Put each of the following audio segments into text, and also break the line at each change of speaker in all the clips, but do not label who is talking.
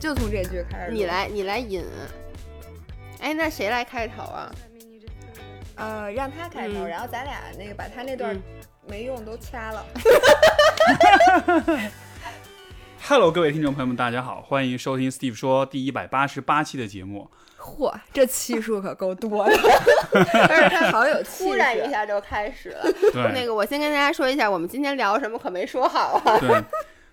这句开始。
你，来，你来引。哎，那谁来开头啊？
呃，让他开头，
嗯
然后咱俩那个把他那段
嗯
没用都掐了。
Hello，各位听众朋友们，大家好，欢迎收听 Steve 说第一百八十八期的 节目。
嚯，这期数可够多 的，
而且他好有气
突
突
然
然
一
一下就开始 了。那
对
个，我先跟大家说一下，我们今天聊什么可没说好啊。
对，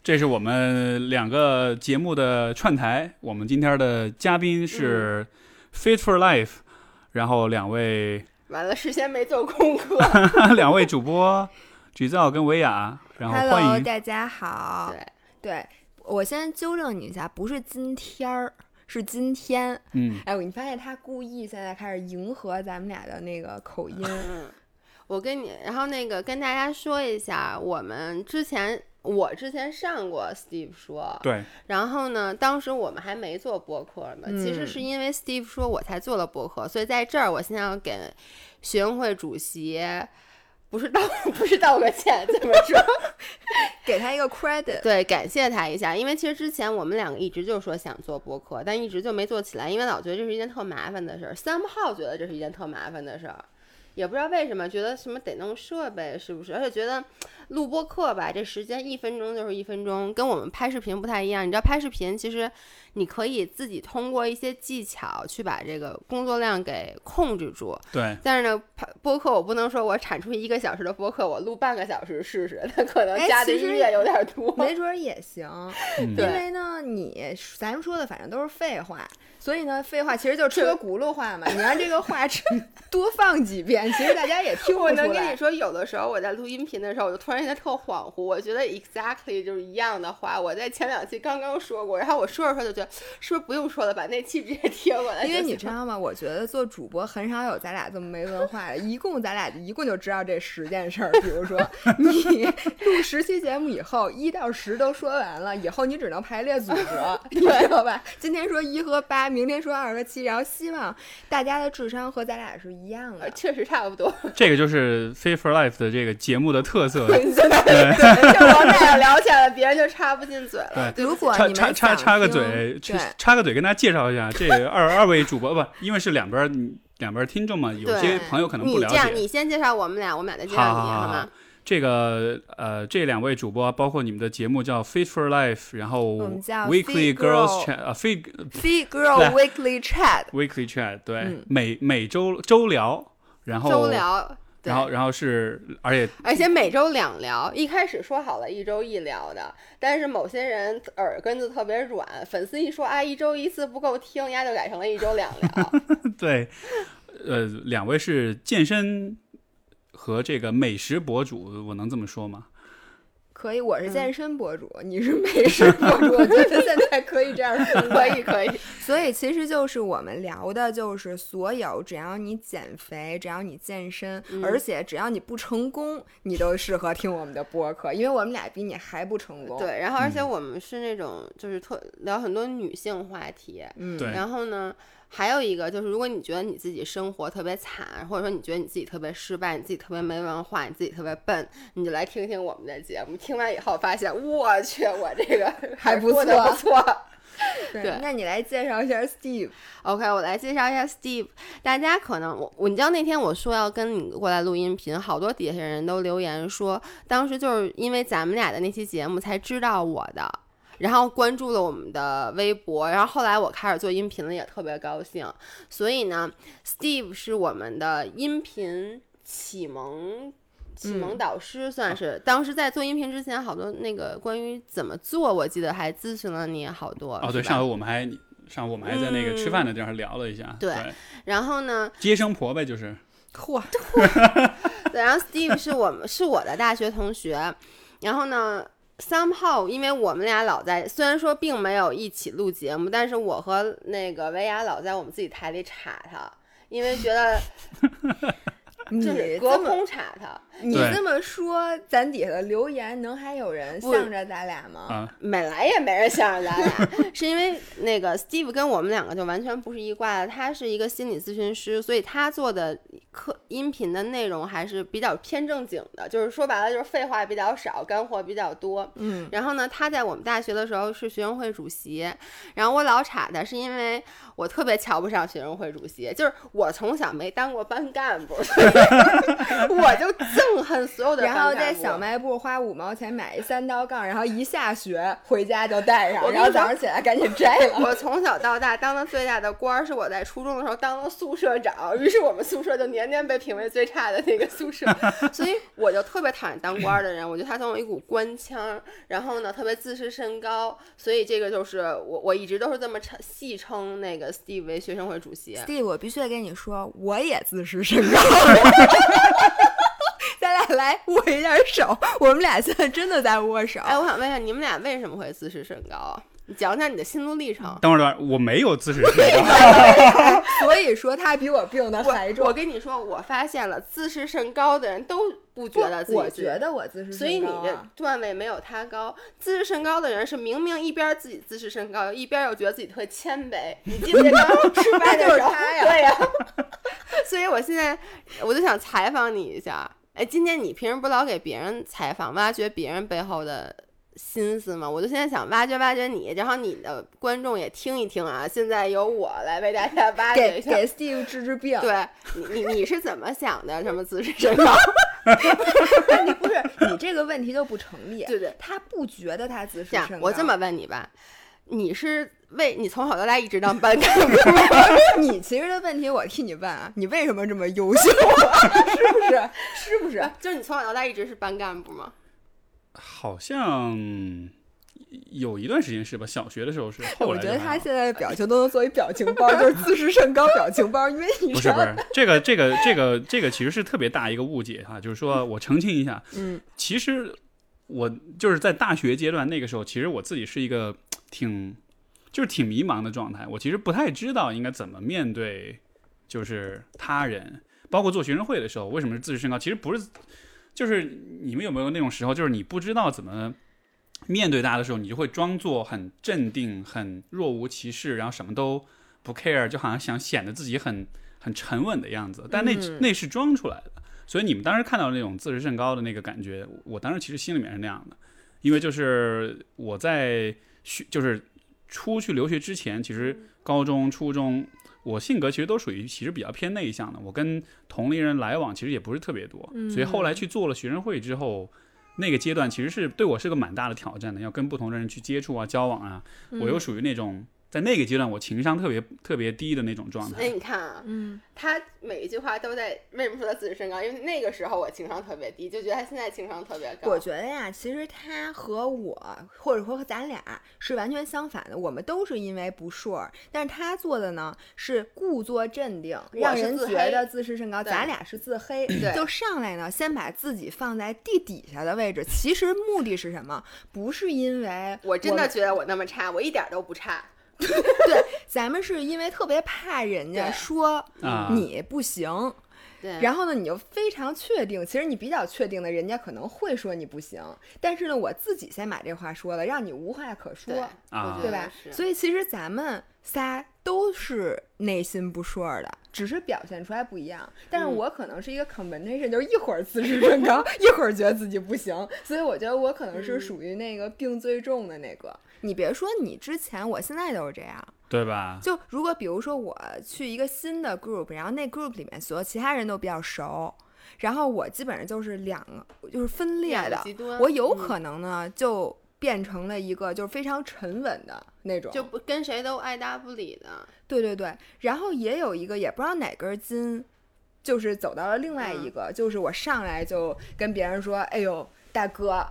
这是我们两个节目的串台。我们今天的嘉宾是
嗯
Fit for Life，、然后两位
完了，事先没做功课。
两位主播菊造跟维雅，然后
Hello，
欢迎
大家好。
对
对，我先纠正你一下，不是今天儿，是今天。
嗯，
哎，你发现他故意现在开始迎合咱们俩的那个口音，
嗯， 我跟你，然后那个跟大家说一下，我们之前我之前上过 Steve 说，
对
然后呢，当时我们还没做播客呢，
嗯
其实是因为 Steve 说我才做了播客，所以在这儿我先要给学生会主席。不是道 不是道个歉，怎么说？
给他一个 credit。
对，感谢他一下，因为其实之前我们两个一直就说想做播客，但一直就没做起来，因为老觉得这是一件特麻烦的事儿。三号觉得这是一件特麻烦的事儿，也不知道为什么，觉得什么得弄设备是不是？而且觉得录播课吧，这时间一分钟就是一分钟，跟我们拍视频不太一样。你知道拍视频其实你可以自己通过一些技巧去把这个工作量给控制住，
对
但是呢，拍播客我不能说我产出一个小时的播客，我录半个小时试试，它可能
哎
加的
其实
音乐有点 多。
没准儿也行，
嗯
因
对
为呢，你咱们说的反正都是废话，所以呢，废话其实就是车轱辘话嘛。你让这个话 吃多放几遍，其实大家也听不
我
出
能跟你
来。
说，有的时候我在录音频的时候，我就突然间特恍惚，我觉得 exactly 就是一样的话，我在前两期刚刚说过，然后我说着说着就觉得是不是不用说了，把那期直接贴过来就
因
行。
为你知道吗？我觉得做主播很少有咱俩这么没文化的，一共咱俩一共就知道这十件事儿。比如 说，你录十期节目以后，一到十都说完了，以后你只能排列组合，你知道吧？今天说一和八，明天说二和七，然后希望大家的智商和咱俩是一样
呃
的。
确实差不 多，
这个就是 Fit for Life 的这个节目的 特色。
真的对，就我们俩聊起来了，别人就插不进嘴了。对
对
如
不起
果
插
哦你
插
们
插
想
插个
听
嘴，
对
插插个嘴，跟大家介绍一下，这二二位主播不，因为是两边儿两边儿听众嘛，有些
对
朋 友可能
你
不了
这样，
解。
你先介绍我们俩，我们俩再介绍
好
你，
好好
吗？
这个呃，这两位主播，包括你们的节目叫 Fit for Life，然后
我们叫
Weekly
Fit
Girls
Girl
Chat 啊，Fit
Fit Girl Weekly Chat，
Weekly Chat，对
嗯，
每每周周聊，然
周
后
聊，对
然后然后是，而且
而且每周两聊，一开始说好了一周一聊的，但是某些人耳根子特别软，粉丝一说啊一周一次不够听，丫就改成了一周两聊。
对，呃，两位是健身和这个美食博主，我能这么说吗？
可以，我是
嗯
健身博主，你是 美食博主，我觉得现在可以这样分
可
类。
以可以，
所以其实就是我们聊的，就是所有只要你减肥，只要你健身，
嗯
而且只要你不成功，你都适合听我们的播客，因为我们俩比你还不成功。，
对，然后而且我们是那种就是特聊很多女性话题，
嗯，
对
然后呢，还有一个就是，如果你觉得你自己生活特别惨，或者说你觉得你自己特别失败，你自己特别没文化，你自己特别笨，你就来听听我们的节目。听完以后发现，我去，我这个
还不
过得
错
不错。
对
对。
那你来介绍一下 Steve，
OK，我来介绍一下 Steve。大家可能我我你知道那天我说要跟你过来录音频，好多底下人都留言说，当时就是因为咱们俩的那期节目才知道我的，然后关注了我们的微博，然后后来我开始做音频了，也特别高兴。所以呢，Steve 是我们的音频启蒙。启蒙导师算是，当时在做音频之前，好多那个关于怎么做，我记得还咨询了你好多。
哦，对，
是吧
上回我们还上回我们还在那个吃饭的地方聊了一下，
对然后呢，
接生婆呗，就是
嚯，
对，然后 Steve 是我们是我的大学同学，然后呢，somehow 因为我们俩老在，虽然说并没有一起录节目，但是我和那个维亚老在我们自己台里插他，因为觉得
你
就是
这
隔
么
空插他。
你
对
这么说，咱底下的留言能还有人
不
向着咱俩吗？
啊，
本来也没人想着咱俩， 是因为那个 Steve 跟我们两个就完全不是一挂的。他是一个心理咨询师，所以他做的课音频的内容还是比较偏正经的，就是说白了就是废话比较少，干货比较多。
嗯，
然后呢，他在我们大学的时候是学生会主席，然后我老插他是因为我特别瞧不上学生会主席，就是我从小没当过班干部， 所以我就憎恨所有的班
然
干部。
后在小卖部花五毛钱买一三刀杠，然后一下学回家就带上
我，跟你
然后早
说
上起来赶紧摘 了。
我从小到大当的最大的官儿是我在初中的时候当了宿舍长，于是我们宿舍就年年被评为最差的那个宿 舍，所以我就特别讨厌当官儿的人，我觉得他总有一股官腔儿，然后呢特别自视甚高，所以这个就是我我一直都是这么称戏称那个 Steve 为学生会主席。
弟，我必须得跟你说，我也自视甚高。 咱俩来握一下手，我们俩现在真的在握手。
哎，我想问一下，你们俩为什么会自视甚高啊？你讲讲你的心路历程。
等会儿等会儿，我没有自视甚高，
所以说他比 我病的还
我
重
我。跟你说，我发现了自视甚高的人都不觉得自己
我
自
觉得我自视
所以
甚
你
高啊、
的段位没有他高，自视甚高的人是明明一边自己自视甚高，一边又觉得自己特别谦卑。你记不记得刚刚 吃饭的
就是
时候？
他呀
对呀、 所以我现在我就想采访你一下。哎，今天你平时不老给别人采访，挖掘别人背后的心思吗？我就现在想挖掘挖掘你，然后你的观众也听一听啊。现在由我来为大家挖掘
给
一下。
给 Steve 治治病。
对你，你你是怎么想的？什么自视甚高？
但你不是你这个问题就不成立。
对对，
他不觉得他自视
这样
甚，高。
我这么问你吧，你是为你从小到大一直当班干部吗？
你其实的问题我替你问啊，你为什么这么优秀啊？ 是不是？是不是？
就是你从小到大一直是班干部吗？
好像有一段时间是吧？小学的时候是，后
我
来
觉
就
得
还好
他现在的表情都能做一表情包，就是自视甚高表情包，因为你
不是不是，这个这个这个这个其实是特别大一个误解哈，就是说我澄清一下，
嗯，
其实我就是在大学阶段那个时候，其实我自己是一个挺就是挺迷茫的状态，我其实不太知道应该怎么面对就是他人，包括做学生会的时候，为什么是自视甚高？其实不是，就是你们有没有那种时候，就是你不知道怎么。面对大家的时候，你就会装作很镇定、很若无其事，然后什么都不 care，就好像想显得自己很很沉稳的样子，但那、
嗯
那是装出来的。所以你们当时看到那种自视甚高的那个感觉，我当时其实心里面是那样的，因为就是我在学，就是出去留学之前，其实
嗯
高中、初中，我性格其实都属于其实比较偏内向的，我跟同龄人来往其实也不是特别多，
嗯
所以后来去做了学生会之后。那个阶段其实是对我是个蛮大的挑战的，要跟不同的人去接触啊、交往啊。
嗯
我又属于那种在那个阶段我情商特别特别低的那种状态。
所以你看啊，
嗯，
他每一句话都在为什么说他自视甚高？因为那个时候我情商特别低，就觉得他现在情商特别 高。
我觉得呀，其实他和我，或者说和咱俩是完全相反的。我们都是因为不顺儿，但是他做的呢是故作镇定，
我
让
是
人
自
觉
黑
得自视甚高。
对
咱俩是自黑，
对
就上来呢，先把自己放在地底下的位置。其实目的是什么？不是因为
我真的
们
觉得我那么差，我一点都不差。
对，咱们是因为特别怕人家
对
说
啊
你不行，
对，
然后呢，你就非常确定，其实你比较确定的，人家可能会说你不行，但是呢，我自己先把这话说了，让你无话可说
对，，
啊
我觉
对
得
吧？
是
所以其实咱们仨都是内心不顺儿的，只是表现出来不一样。但是
嗯
我可能是一个 combination，、就是一会儿自视甚高，一会儿觉得自己不行，所以我觉得我可能是
嗯
属于那个病最重的那个。你别说你之前，我现在都是这样。
对吧？
就如果比如说我去一个新的 group，然后那 group 里面所有其他人都比较熟，然后我基本上就是两个就是分裂
两个
的
极端，
我有
嗯
可能呢就变成了一个就是非常沉稳的那种，
就不跟谁都爱搭不理的。
对对对，然后也有一个也不知道哪根筋，就是走到了另外一个，就是我上来就跟别人说，哎呦。大哥，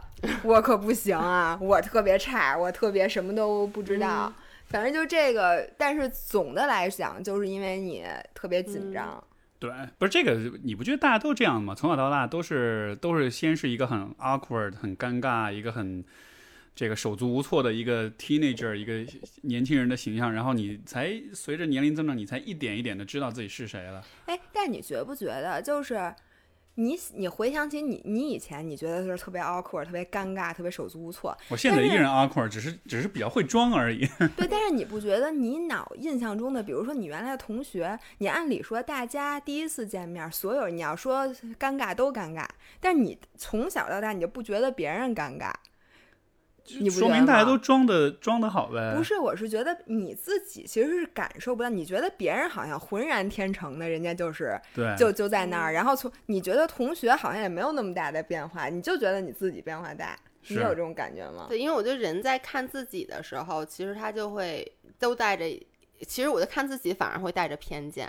我可不行啊！我特别差，我特别什么都不知道。
嗯
反正就这个，但是总的来讲，就是因为你特别紧张，
对，不是这个，你不觉得大家都这样吗？从小到大都是都是先是一个很 awkward、很尴尬、一个很这个手足无措的一个 teenager、一个年轻人的形象，然后你才随着年龄增长，你才一点一点的知道自己是谁了。
哎，但你觉不觉得，就是你你回想起你你以前你觉得就是特别 awkward、特别尴尬、特别手足无措，
我现在
但
依
是
然 awkward，只是只是比较会装而已。
对，但是你不觉得你脑印象中的，比如说你原来的同学，你按理说大家第一次见面，所有你要说尴尬都尴尬，但你从小到大你就不觉得别人尴尬，你不
说
觉
明
得
大家
吗
都装的装的好呗。
不是，我是觉得你自己其实是感受不到，你觉得别人好像浑然天成的，人家就是
对，
就就在那儿，然后从你觉得同学好像也没有那么大的变化，你就觉得你自己变化大，你
是
有这种感觉吗？
对，因为我觉得人在看自己的时候，其实他就会都带着，其实我的看自己反而会带着偏见。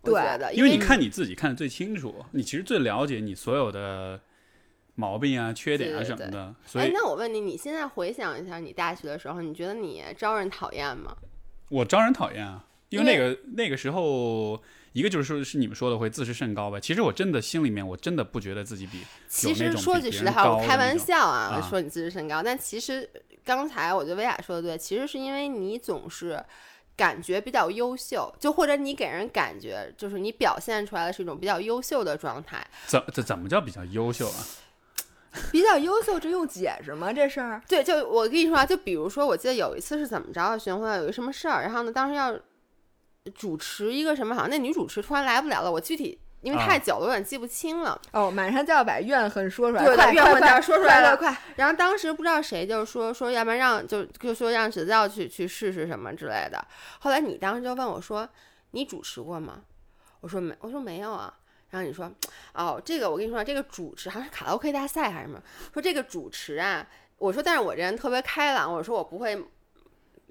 我
对
觉得，
因
因
为你看你自己看的最清楚，你其实最了解你所有的毛病啊、缺点啊
对
什
对
么的，所
哎，
以
那我问你，你现在回想一下你大学的时候，你觉得你招人讨厌吗？
我招人讨厌啊。因为
因
那个那个时候，一个就是说是你们说的会自视甚高呗。其实我真的心里面，我真的不觉得自己比
其
有那
实
种
说
比
句
别
实
人
话，
高
我
的
开
那
玩
种
笑啊，
啊
说你自视甚高，但其实刚才我觉得薇娅说的对，其实是因为你总是。感觉比较优秀，就或者你给人感觉就是你表现出来的是一种比较优秀的状态，
怎怎怎么叫比较优 秀啊？
比较优秀，这用解释吗？这事儿
对，就我跟你说啊，就比如说，我记得有一次是怎么着啊，巡回有一个什么事儿，然后呢，当时要主持一个什么，好像那女主持突然来不了了，我具体因为
啊
太久了，我有点记不清了。
哦，马上就要把怨恨说出来，
对
快
对怨
快
恨
快
要说出来
快
了
快快！
然后当时不知道谁就说说，要不然让就就说让子教去去试试什么之类的。后来你当时就问我说，你主持过吗？我说没，我说没有啊。然后你说，哦，这个我跟你说啊，这个主持好像是卡拉 OK 大赛还是什么，说这个主持啊，我说但是我这人特别开朗，我说我不会。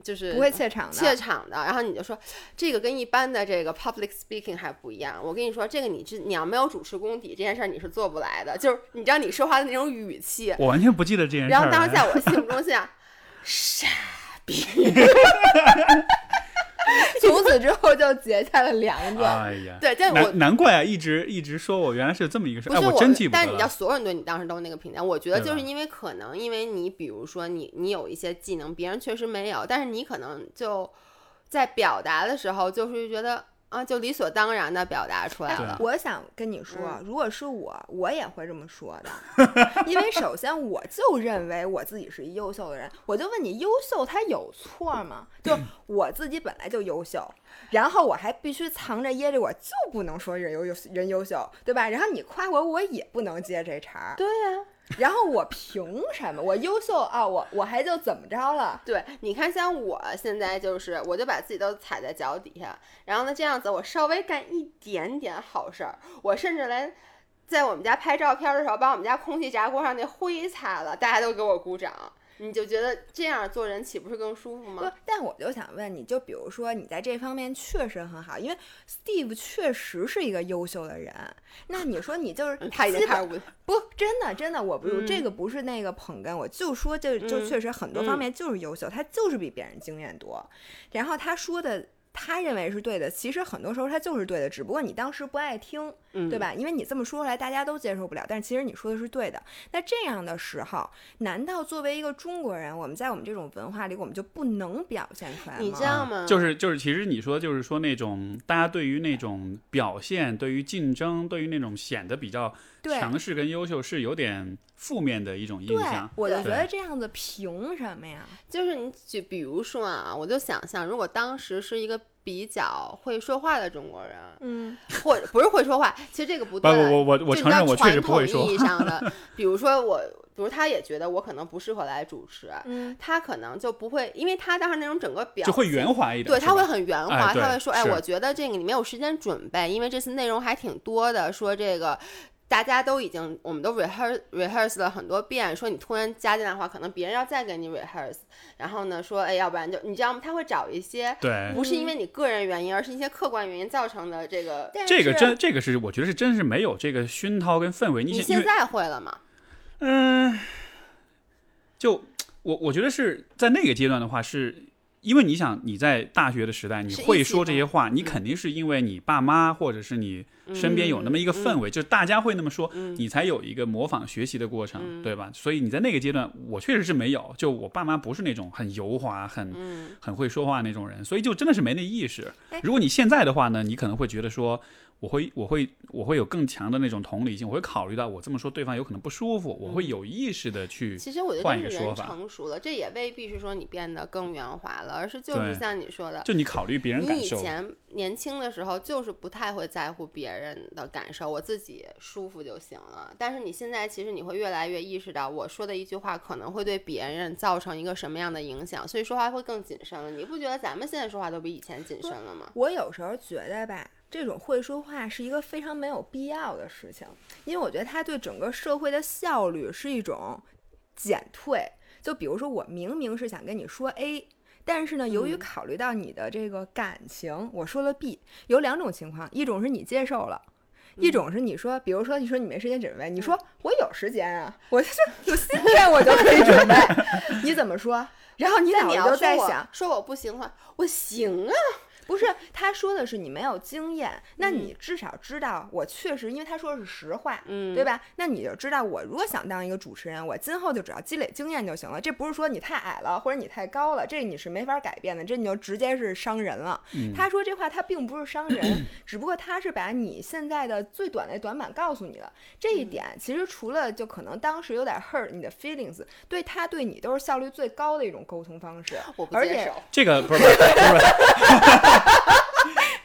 就是
不会怯场的，
怯场的，然后你就说这个跟一般的这个 public speaking 还不一样。我跟你说，这个你这你要没有主持功底，这件事儿你是做不来的。就是你知道你说话的那种语气，
我完全不记得这件事儿了。啊
然后当时在我心目中 想，傻逼，
从此之后就结下了梁子。
哎呀，
对，但我
难难怪啊，一直一直说我原来是这么一个事儿。
不
哎，
是
我真记不
但
得
是你知道，
了。
所有人对你当时都是那个评价。我觉得
对
就是
吧
因为可能因为你，比如说你你有一些技能，别人确实没有，但是你可能就在表达的时候，就是觉得啊，就理所当然的表达出来
对啊
了。
我想跟你说，
嗯
如果是我，我也会这么说的， 因为首先我就认为我自己是一优秀的人，我就问你，优秀它有错吗？就我自己本来就优秀，然后我还必须藏着掖着，我就不能说人优优人优秀，对吧？然后你夸我，我也不能接这茬儿，
对啊呀、
然后我凭什么？我优秀啊，我我还就怎么着了？
对，你看，像我现在就是，我就把自己都踩在脚底下，然后呢，这样子我稍微干一点点好事儿，我甚至连在我们家拍照片的时候，把我们家空气炸锅上那灰擦了，大家都给我鼓掌，你就觉得这样做人岂不是更舒服
不
吗？，
但我就想问你，就比如说你在这方面确实很好，因为 Steve 确实是一个优秀的人。那你说你就是
嗯他已经
基
开
本
始无，
不真的真的，我不、
嗯
这个不是那个捧哏，我就说就就
嗯
确实很多方
嗯
面就是优秀，他就是比别人经验多。然后他说的他认为是对的，其实很多时候他就是对的，只不过你当时不爱听。
嗯
对？吧？因为你这么说出来，大家都接受不了。但是其实你说的是对的。那这样的时候，难道作为一个中国人，我们在我们这种文化里，我们就不能表现出来吗？
你知道吗？
啊就是就是，其实你说就是说那种大家对于那种表现、对于竞争、对于那种显得比较
对
强势跟优秀是有点负面的一种印
对
象。，
我就
对
觉得这样子凭什么呀？
就是你举，比如说啊，我就想象，如果当时是一个比较会说话的中国人，
嗯，
或者不是会说话，其实这个不
不，
对，
我我
就
我承
你知
认
道
我确
传
实不会
统意
说
义上 的，比如说我，比如他也觉得我可能不适合来主持，
嗯，
他可能就不会，因为他当时那种整个表
就会
情
圆滑一点。
对，
是
他会
吧
很圆
哎
滑，
对
他会说：“哎，
是
我觉得这个你没有时间准备，因为这次内容还挺多的。说这个大家都已经，我们都 rehearse rehearse 了很多遍。说你突然加进来的话，可能别人要再给你 rehearse。然后呢，说哎，要不然就你知道吗？他会找一些
对。
不是因为你个人原因，而是一些客观原因造成的这个。
但
这个
是
真，这个是我觉得是真是没有这个熏陶跟氛围。你
你
想因
现
为
在会了吗？
嗯，就我我觉得是在那个阶段的话，是因为你想你在大学的时代，你
是一
会
起嗯
说这
吗
些话，你肯定是因为你爸妈或者是你身边有那么
嗯
一个氛围，就是大家会那么说，你才有一个模仿学习的过程，
嗯
对吧？所以你在那个阶段，我确实是没有，就我爸妈不是那种很油滑、很、
嗯
很会说话那种人，所以就真的是没那意识
哎。
如果你现在的话呢，你可能会觉得说。我会我会我会有更强的那种同理心，我会考虑到我这么说对方有可能不舒服，我会有意识的去
其实我觉得
换
这
一
是
个说
人
法
成熟了，这也未必是说你变得更圆滑了，而是就是
对
像你说的，
就你考虑别人
你
感
以
受，
前年轻的时候就是不太会在乎别人的感受，我自己舒服就行了。但是你现在其实你会越来越意识到，我说的一句话可能会对别人造成一个什么样的影响，所以说话会更谨慎了。你不觉得咱们现在说话都比以前谨慎了吗？
我有时候觉得吧，这种会说话是一个非常没有必要的事情，因为我觉得它对整个社会的效率是一种减退。就比如说，我明明是想跟你说 A。但是呢，由于
嗯
考虑到你的这个感情，我说了 B，有两种情况，一种是你接受了，
嗯
一种是你说，比如说你说你没时间准备，你说我有时间啊，我就 有心愿我就可以准备，你怎么说？然后你
但
脑
你
子
要
就
说
在
我
想，
说我不行的话，我行啊，
不是，他说的是你没有经验，那你至少知道我确实，因为他说的是实话，
嗯
对吧？那你就知道我如果想当一个主持人，我今后就只要积累经验就行了。这不是说你太矮了或者你太高了，这你是没法改变的，这你就直接是伤人了。
嗯
他说这话他并不是伤
嗯
人，只不过他是把你现在的最短的短板告诉你了。这
嗯
一点其实除了就可能当时有点 hurt 你的 feelings，对他对你都是效率最高的一种沟通方式。
我不
而
接
且
受。
这个不是不是不是，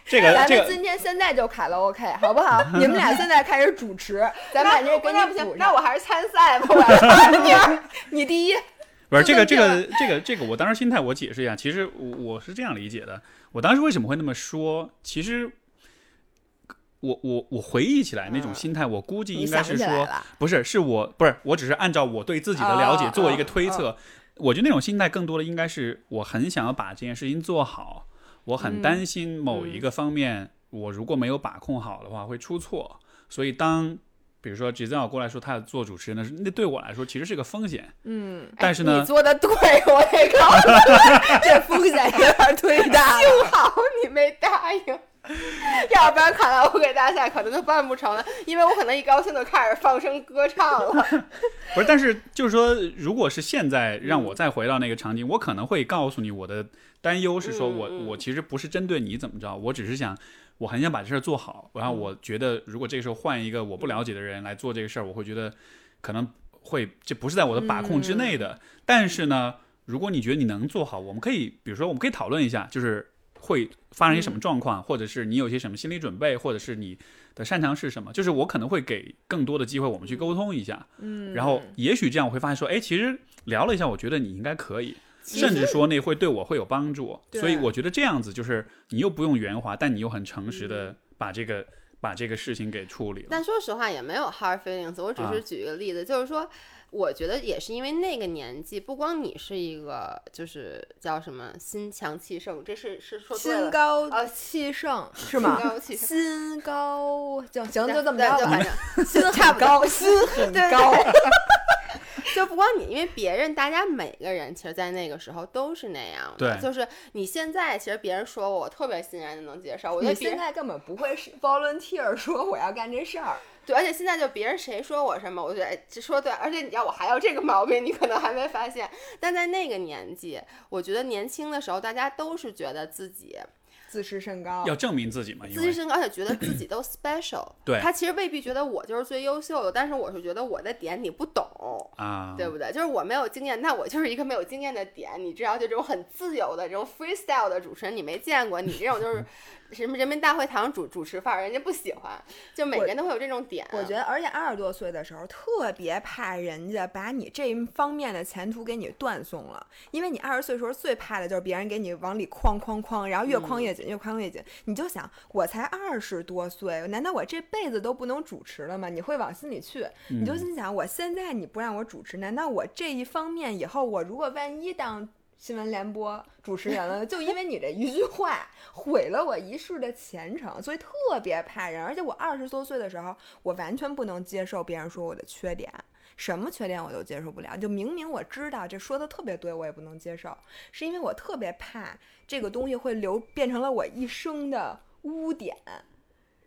这个
咱
这
们
个
今天现在就卡拉 OK 好不 好？你们俩现在开始主持，咱们把这个给
那
你
不行
补，
那
上。
我还是参赛 吧，我要参加
你第一，
不是
就跟
这个这
这
个这个这个，我当时心态我解释一下，其实我我是这样理解的，我当时为什么会那么说，其实。我我我回忆起来那种
嗯
心态，我估计
你
应该
想
是
起
说，
来了，
不是，是我不是，我只是按照我对自己的了解
哦
做一个推测。我觉得那种心态更多的应该是我很想要把这件事情做好，我很担心某一个方面，我如果没有把控好的话会出错。所以当比如说 g i s e 过来说他要做主持人的时候，那对我来说其实是个风险。
嗯，
但是呢
你做的对，我得告诉
这风险有点忒 大了。
你，好，你没答应，要不然卡拉 OK 大赛可能就办不成了，因为我可能一高兴就开始放声歌唱 了。
不是，但是就是说，如果是现在让我再回到那个场景，我可能会告诉你我的担忧是说
嗯
我、
嗯
我其实不是针对你怎么着，我只是想我很想把这事儿做好，然后
嗯
我觉得如果这个时候换一个我不了解的人来做这个事儿，我会觉得可能会这不是在我的把控之内
嗯
的。但是呢，如果你觉得你能做好，我们可以比如说我们可以讨论一下，就是会发生一些什
嗯
么状况，或者是你有些什么心理准备，或者是你的擅长是什么，就是我可能会给更多的机会我们去沟通一下。
嗯
然后也许这样我会发现说，哎，其实聊了一下，我觉得你应该可以，
其
甚至说那会对我会有帮助。
对
所以我觉得这样子就是你又不用圆滑，但你又很诚实
嗯
的把这个、把这个事情给处理了。
但说实话，也没有 hard feelings，我只
啊
是举一个例子，就是说，我觉得也是因为那个年纪，不光你是一个，就是叫什么心强气盛，这是是说对
心
了。
高
呃
气盛是
心
吗？
高气盛
心高就行，
对
就这么
对
着
就哎反
吧。
正
心很高，心很高。
就不光你，因为别人，大家每个人其实，在那个时候都是那样的。
对
就是你现在，其实别人说我，我特别欣然的能接受。我觉
你
得别
现
人
在根本不会是 volunteer 说我要干这事儿，
对，而且现在就别人谁说我什么，我就觉得哎这说对，而且你要我还有这个毛病，你可能还没发现。但在那个年纪，我觉得年轻的时候，大家都是觉得自己
自视甚高。
要证明自己嘛，因
自视
为
甚高，而且觉得自己都 special 。
对
他其实未必觉得我就是最优秀的，但是我是觉得我的点你不懂。
啊，
对不对？就是我没有经验，那我就是一个没有经验的点，你知道，就这种很自由的这种 freestyle 的主持人，你没见过，你这种就是 什么人民大会堂主主持范儿，人家不喜欢，就每
我
个人都会有这种点。啊
我觉得，而且二十多岁的时候，特别怕人家把你这一方面的前途给你断送了，因为你二十岁时候最怕的就是别人给你往里框框框，然后越框越紧，越框越紧。你就想，我才二十多岁，难道我这辈子都不能主持了吗？你会往心里去，
嗯
你就心想，我现在你不让我主持，难道我这一方面以后我如果万一当新闻联播主持人了，就因为你这一句话毁了我一世的前程，所以特别怕人。而且我二十多岁的时候，我完全不能接受别人说我的缺点。什么缺点我都接受不了，就明明我知道这说的特别对，我也不能接受，是因为我特别怕这个东西会留变成了我一生的污点，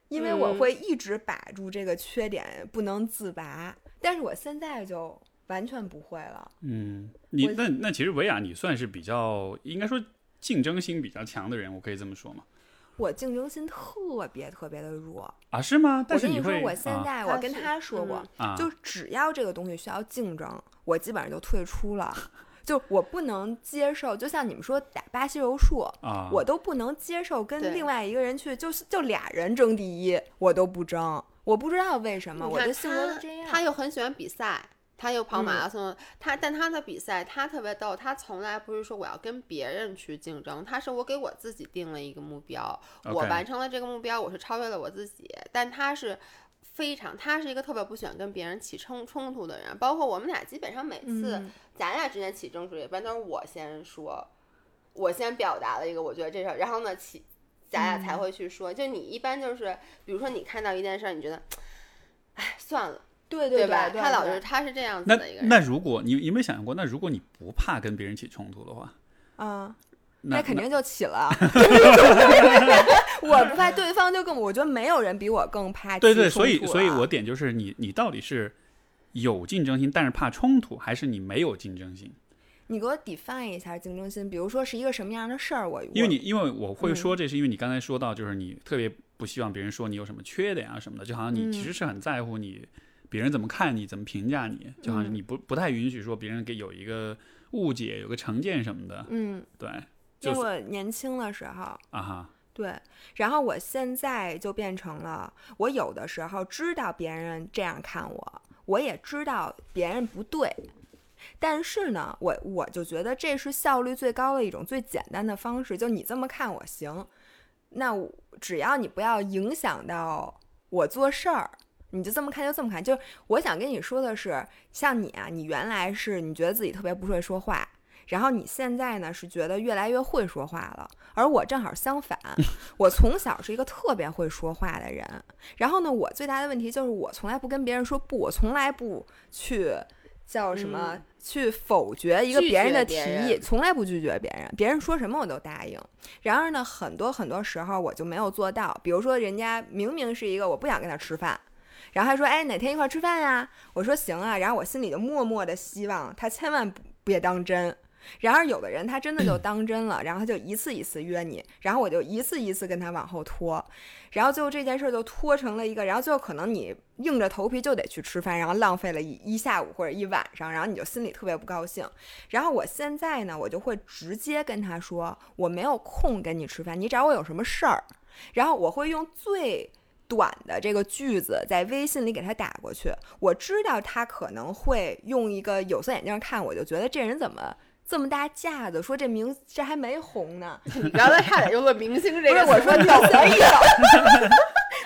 因为我
嗯
会一直把住这个缺点不能自拔。但是我现在就完全不会了，
嗯，你
我
那那其实维亚你算是比较应该说竞争心比较强的人，我可以这么说嘛。
我竞争心特别特别的弱。
啊，是吗？但
我
是
跟你说
会，，啊
我现在我
他
跟
是
他说过，
啊啊
就只要这个东西需要竞争，我基本上就退出了。 就我不能接受，就像你们说打巴西柔术，
啊，
我都不能接受
对
跟另外一个人去，就是就俩人争第一，我都不争。我不知道为什么，
你
我
看
的嗯性格
他
就这样。
他又很喜欢比赛，他又跑马拉松，他但他的比赛他特别逗，他从来不是说我要跟别人去竞争，他是我给我自己定了一个目标我
OK
完成了这个目标，我是超越了我自己，但他是。非常，他是一个特别不喜欢跟别人起冲冲突的人，包括我们俩基本上每次、
嗯
咱俩之间起争执，一般都是我先说，我先表达了一个我觉得这事儿，然后呢起，咱俩才会去说。就你一般就是，比如说你看到一件事儿，你觉得，哎，算了，
对
对
对
吧？
对
他老
对
是他是这样子
那
的一个人。
那如果你有没有想过，那如果你不怕跟别人起冲突的话，
啊，
那
肯定就起 了。我不怕对方就更，我觉得没有人比我更怕起冲突啊
对
了。
对，所以所以我点就是你你到底是有竞争心，但是怕冲突，还是你没有竞争心？
你给我 define 一下竞争心，比如说是一个什么样的事儿？我
因为
我
你因为我会
嗯
说这是因为你刚才说到，就是你特别不希望别人说你有什么缺点啊什么的，就好像你其
嗯
实是很在乎你别人怎么看你，怎么评价你，就
嗯
好像是你不不太允许说别人给有一个误解、有个成见什么的，
嗯，
对，
因
就
为
是
我年轻的时候，
啊哈，
对，然后我现在就变成了，我有的时候知道别人这样看我，我也知道别人不对，但是呢，我我就觉得这是效率最高的一种最简单的方式，就你这么看我行，那我只要你不要影响到我做事儿。你就这么看，就这么看。就是我想跟你说的是，像你啊，你原来是你觉得自己特别不会说话，然后你现在呢是觉得越来越会说话了，而我正好相反，我从小是一个特别会说话的人。然后呢，我最大的问题就是我从来不跟别人说不，我从来不去叫什么、
嗯
去否决一个
拒
别人
绝
的提
别
议，
人
从来不拒绝别人，别人说什么我都答应。然而呢，很多很多时候我就没有做到，比如说人家明明是一个我不想跟他吃饭。然后还说，哎，哪天一块儿吃饭呀、我说行啊，然后我心里就默默的希望他千万不别当真。然而有的人他真的就当真了，然后他就一次一次约你，然后我就一次一次跟他往后拖，然后最后这件事儿就拖成了一个，然后最后可能你硬着头皮就得去吃饭，然后浪费了一一下午或者一晚上，然后你就心里特别不高兴。然后我现在呢，我就会直接跟他说，我没有空跟你吃饭，你找我有什么事儿？然后我会用最短的这个句子在微信里给他打过去。我知道他可能会用一个有色眼镜看我，就觉得这人怎么这么大架子，说这明这还没红呢。
你刚才差点用了“明星”这
不
个
是
词，
我说抖了 一抖，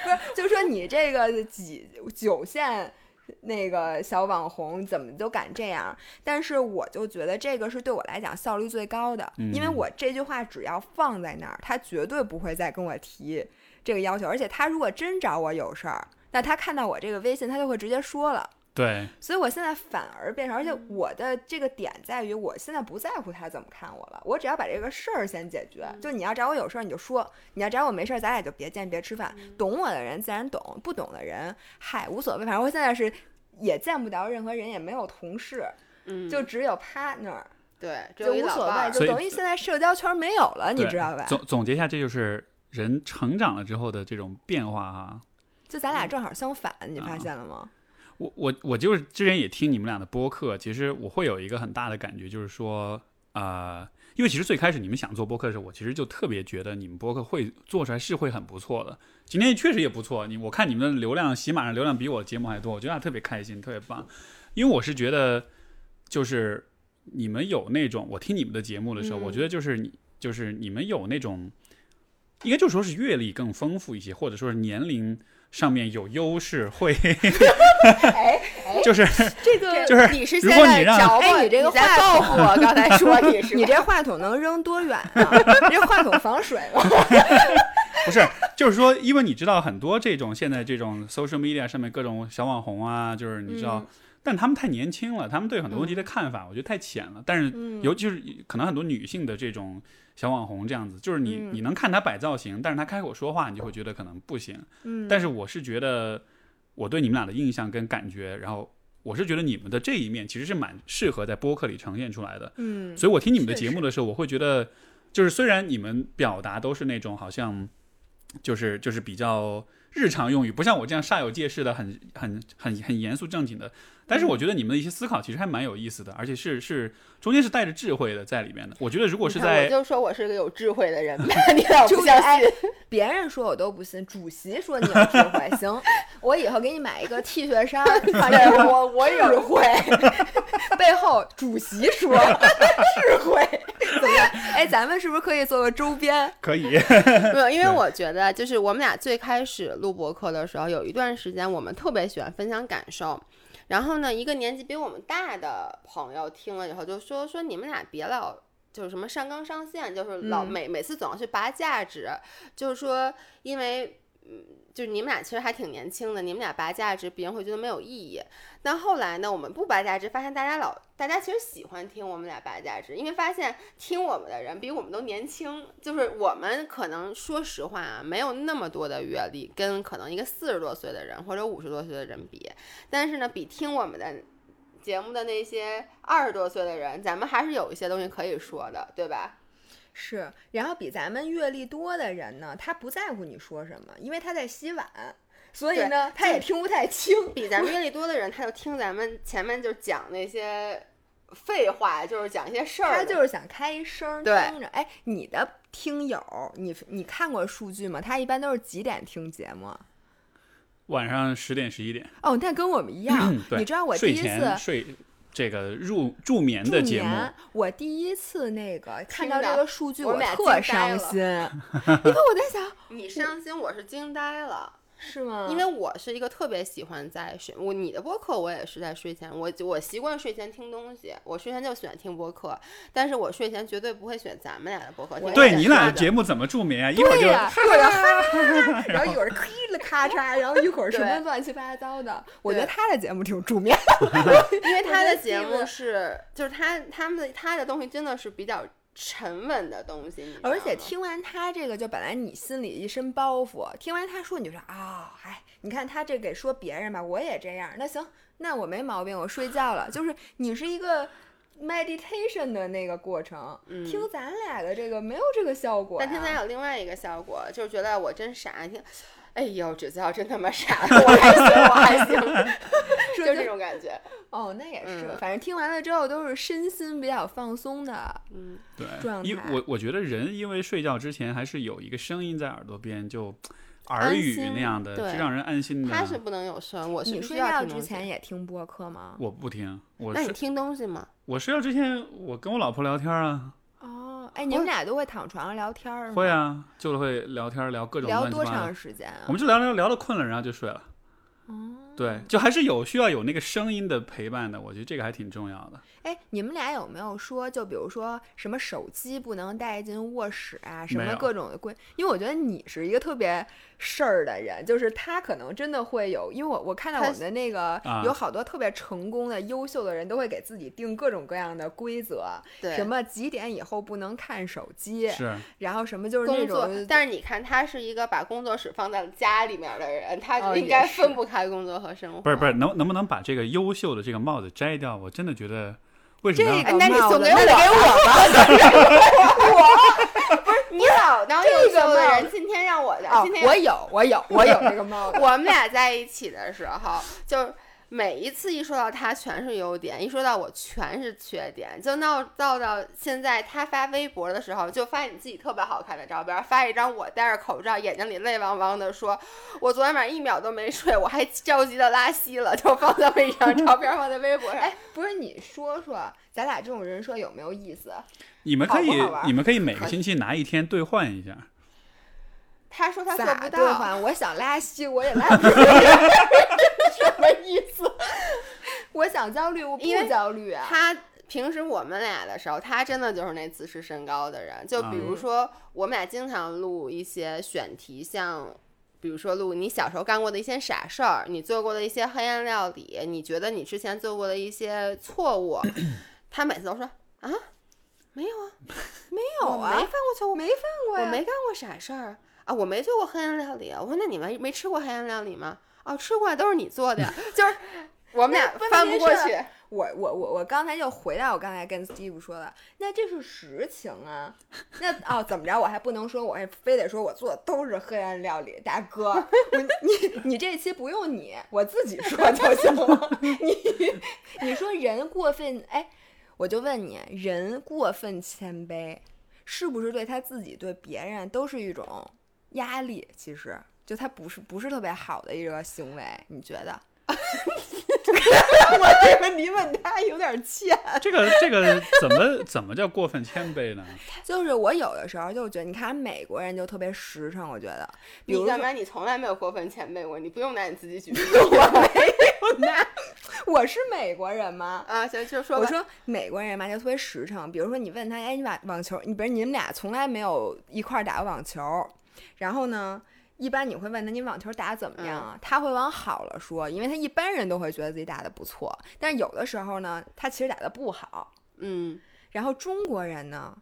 不是就说你这个几九线那个小网红怎么都敢这样？但是我就觉得这个是对我来讲效率最高的，因为
嗯
我这句话只要放在那儿，他绝对不会再跟我提这个要求，而且他如果真找我有事儿，那他看到我这个微信，他就会直接说了。
对，
所以我现在反而变成，而且
嗯
我的这个点在于，我现在不在乎他怎么看我了，我只要把这个事儿先解
嗯
决。就你要找我有事儿你就说，你要找我没事儿，咱俩就别见别吃饭。
嗯
懂我的人自然懂，不懂的人嗨无所谓，反正我现在是也见不着任何人，也没有同事，
嗯，
就只有 partner，
对，只
就
有一
无
老
所
伴
谓，
儿
就
所以
等于现在社交圈没有了，你
对
知道吧？
总总结一下，这就是人成长了之后的这种变化哈、
就咱俩正好相反，你发
啊
现了吗？
我我我就是之前也听你们俩的播客，其实我会有一个很大的感觉，就是说，呃，因为其实最开始你们想做播客的时候，我其实就特别觉得你们播客会做出来是会很不错的。今天确实也不错，你我看你们的流量，喜马上流量比我节目还多，我觉得特别开心，特别棒。因为我是觉得，就是你们有那种，我听你们的节目的时候，
嗯
我觉得就是你就是你们有那种，应该就说是阅历更丰富一些，或者说是年龄上面有优势，会
哎，
就是。
这 个
就是
你是
如
现
果
在
你让
找
哎
我，
你这个
在报复我刚才说 你是吧
你这话筒能扔多远啊？这话筒防水吗？
不是，就是说，因为你知道很多这种现在这种 social media 上面各种小网红啊，就是你知道，但他们太年轻了，他们对很多问题的看法，我觉得太浅了。但
嗯
是，尤其是可能很多女性的这种小网红这样子，就是你、你能看她摆造型，但是她开口说话，你就会觉得可能不行。
嗯
但是我是觉得我对你们俩的印象跟感觉，然后我是觉得你们的这一面其实是蛮适合在播客里呈现出来的。
嗯，
所以我听你们的
确
节目的时候，我会觉得，就是虽然你们表达都是那种好像就是就是比较日常用语，不像我这样煞有介事的很很很很严肃正经的。
嗯
但是我觉得你们的一些思考其实还蛮有意思的，而且是是中间是带着智慧的在里面的。我觉得如果是
你看
在
我就说我是个有智慧的 人吧，你老
就
不
是
相
哎
信。
别人说我都不信，主席说你有智慧， 行，我以后给你买一个 T 恤衫，反
对
正
我我
智
有
慧， 背后主席 说智慧，怎么样？哎，咱们是不是可以做个周 边？
可以，
没有，因为
对
我觉得就是我们俩最开始录博客的时候，有一段时间我们特别喜欢分享感受。然后呢，一个年纪比我们大的朋友听了以后就说说你们俩别老就是什么上纲上线，就是老
嗯
每、每次总要去拔价值，就是说因为嗯，就是你们俩其实还挺年轻的，你们俩拔价值，别人会觉得没有意义。但后来呢，我们不拔价值，发现大家老大家其实喜欢听我们俩拔价值，因为发现听我们的人比我们都年轻，就是我们可能说实话啊，没有那么多的阅历，跟可能一个四十多岁的人或者五十多岁的人比，但是呢，比听我们的。节目的那些二十多岁的人，咱们还是有一些东西可以说的，对吧？
是，然后比咱们阅历多的人呢，他不在乎你说什么，因为他在洗碗，所以
对
呢，他也听不太清。
比咱们阅历多的人，他就听咱们前面就讲那些废话，就是讲一些事儿
他
的。
就是想开一声儿
对
听着。哎，你的听友，你你看过数据吗？他一般都是几点听节目啊？
晚上十点十 一点，
哦，那跟我们一样
嗯。对
你知道我第
睡
一次
前睡这个入助眠
助
的节目，
眠，我第一次那个看
听
到这
着
个数据，
我
我
们俩
特
惊呆
伤
了
心，因为我在想，
你伤心，我是惊呆了，
是吗？
因为我 是一个特别喜欢在睡我你的播客，我也是在睡前，我我习惯睡前听东西，我睡前就喜欢听播客，但是我睡前绝对不会选咱们俩的播客，听
对
对
我
你俩
的
节目怎么助眠啊？ 一会儿
对
就
呀、一会儿就哈哈，然后一会儿咔啦咔嚓，然后一会儿什么
对
乱七八糟的。我觉
对
得他的节目挺助眠，
因为他的节
我觉
目
得
是就是他他们的他的东西真的是比较沉稳的东西，你知道
而且
吗
听完他这个，就本来你心里一身包袱，听完他说你就说啊，哎，你看他这给说别人吧，我也这样，那行，那我没毛病，我睡觉了。就是你是一个 meditation 的那个过程，
嗯
听咱俩的这个没有这个效果、啊。
但听咱有另外一个效果，就是觉得我真傻，听，哎呦，指教真他妈傻， 我还行，我还 行，就
说
这种感觉。
哦，那也是，
嗯
反正听完了之后都是身心比较放松的。
嗯，
对
状，
因
态
我我觉得人因为睡觉之前还是有一个声音在耳朵边，就耳
安
语
心
那样的，
对
是让人安心的。
嗯他是不能有声，我是
你
必须
睡
要
觉
听东
之
西
前，也听播客吗？
我不听，我
那你
睡
听东西吗？
我睡觉之前，我跟我老婆聊天啊，
哦，哎，你们俩都会躺床上聊天儿吗？
会，啊，就会聊天聊各种
聊
乱七
多
八糟
长
的。
时间啊
我？们就聊聊聊到困了，然后就睡了。
哦，
对，就还是有需要有那个声音的陪伴的，我觉得这个还挺重要的。
哎，你们俩有没有说，就比如说什么手机不能带进卧室啊，什
没
么
有
各种的规？因为我觉得你是一个特别事儿的人，就是他可能真的会有，因为我我看到
他
我们的那个
啊
有好多特别成功的、优秀的人都会给自己定各种各样的规则，
对，
什么几点以后不能看手机，
是，
然后什么就是那
工作？
种。
但是你看，他是一个把工作室放在家里面的人，他
哦
就应
也
该
是
分不开工作和生活。
不是不是，能能不能把这个优秀的这个帽子摘掉？我真的觉得为什么要
这
哎，
个
那你
帽
送
子
给
那
我
得
吧，
给啊
你老当优
这个
秀的
帽
人，今天让我的，
哦
啊今天，
我有，我有，我 有这个帽子。
我们俩在一起的时候，就是每一次一说到他全是优点，一说到我全是缺点，就闹到到现在他发微博的时候，就发你自己特别好看的照片，发一张我戴着口罩，眼睛里泪汪汪的说，我昨天晚上一秒都没睡，我还着急的拉稀了，就放那么一张照片放在微博上。
哎，不是你说说，咱俩这种人设有没有意思？
你们可以
好不好玩
你们可以每个
可以
星期拿一天兑换一下。
他说他做
咋
不
兑
到，
换？我想拉稀， 我也拉不出来，什么意思？我想焦虑，我不
因为
焦虑啊。
他平时我们俩的时候，他真的就是那自视甚高的人。就比如
嗯
说，我们俩经常录一些选题，像。比如说，录你小时候干过的一些傻事儿，你做过的一些黑暗料理，你觉得你之前做过的一些错误， 他每次都说啊，没有啊，
没有
我没
啊
犯，过错误，
我没犯过
我
呀。
没干过傻事儿啊，我没做过黑暗料理啊。我说那你们没 吃过黑暗料理吗？哦，吃过啊，都是你做的呀，就是我们俩
那关键
翻不过
是
去。
我我我我刚才又回到我刚才跟 Steve 说的，那这是实情啊。那哦怎么着，我还不能说我还非得说我做的都是黑暗料理，大 哥，我你你这期不用你，我自己说就行了。你 你说人过分，哎，我就问你，人过分谦卑，是不是对他自己对别人都是一种压力？其实就他不是不是特别好的一个行为，你觉得？ 我这问题问他有点欠，
这个这个怎么怎么叫过分谦卑呢？
就是我有的时候就觉得，你看美国人就特别实诚，我觉得，比
你
如说
干嘛？你从来没有过分前辈过，你不用拿你自己举例
我是美国人吗？
啊。行，就啊说吧
我说美国人嘛就特别实诚，比如说你问他，哎，你把网球，你比如你们俩从来没有一块儿打过网球，然后呢，一般你会问他你网球打得怎么样
嗯
啊？他会往好了说，因为他一般人都会觉得自己打得不错，但是有的时候呢，他其实打得不好，
嗯，
然后中国人呢，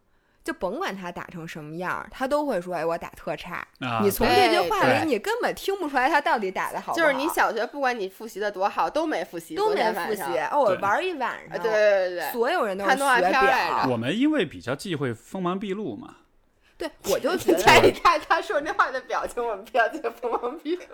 就甭管他打成什么样儿，他都会说：“哎，我打特差。
啊
你从这句话
对
里，你根本听不出来他到底打的好不
就是你
好
小学不管你复习的多好，都没复习，
都
昨
没
天
复
晚
习
上
哦，我
对
玩一晚
啊，
上，
对对对对，
所有人都是
看动画
学
片儿来
表
着，
我们因为比较忌讳锋芒毕露嘛，
对我 就觉
在
得，
你看他说那话的表情，我们表情锋芒毕露。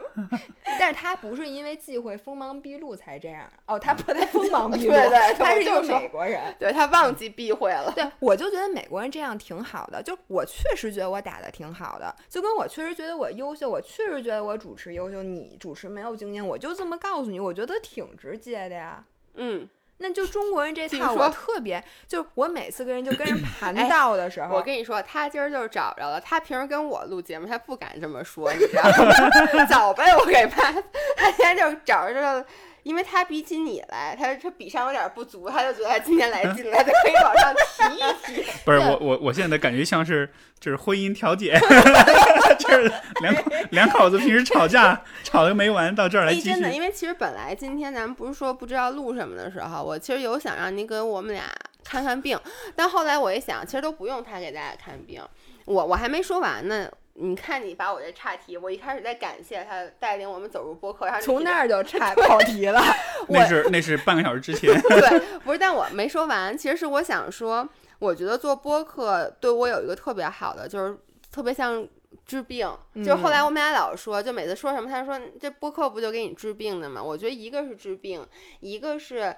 但是他不是因为忌讳锋芒毕露才这样，哦，他 不太锋芒毕露，
对对
他
我
是一
就
个
说
美国人。
对他忘记避讳了。
对，我就觉得美国人这样挺好的，就我确实觉得我打的挺好的，就跟我确实觉得我优秀，我确实觉得我主持优秀，你主持没有经验，我就这么告诉你，我觉得挺直接的呀。
嗯，
那就中国人这
请
套，
说
我特别，就我每次跟人就跟 人盘
哎
道的时候，
我跟你说，他今儿就是找着了。他平时跟我录节目，他不敢这么说，你知道吗？ 早被我给骂。他今天就找着了，因为他比起你来，他他比上有点不足，他就觉得他今天来劲了，他可以往上提一提。
不是我我我现在的感觉像是就是婚姻调解， 就是两口两口子平时吵架吵个没完，到这儿 来
哎，
继
真
续
的，因为其实本来今天咱们不是说不知道录什么的时候，我其实有想让您给我们俩看看病，但后来我一想，其实都不用他给大家看病，我我还没说完呢。你看，你把我这岔题，我一开始在感谢他带领我们走入播客，然后你
从
提
那儿 就差跑题了。
那是那是半个小时之前，
对，不是，但我没说完。其实是我想说，我觉得做播客对我有一个特别好的，就是特别像治病。就是后来我们俩老说，就每次说什么，他说这播客不就给你治病的吗？我觉得一个是治病，一个是。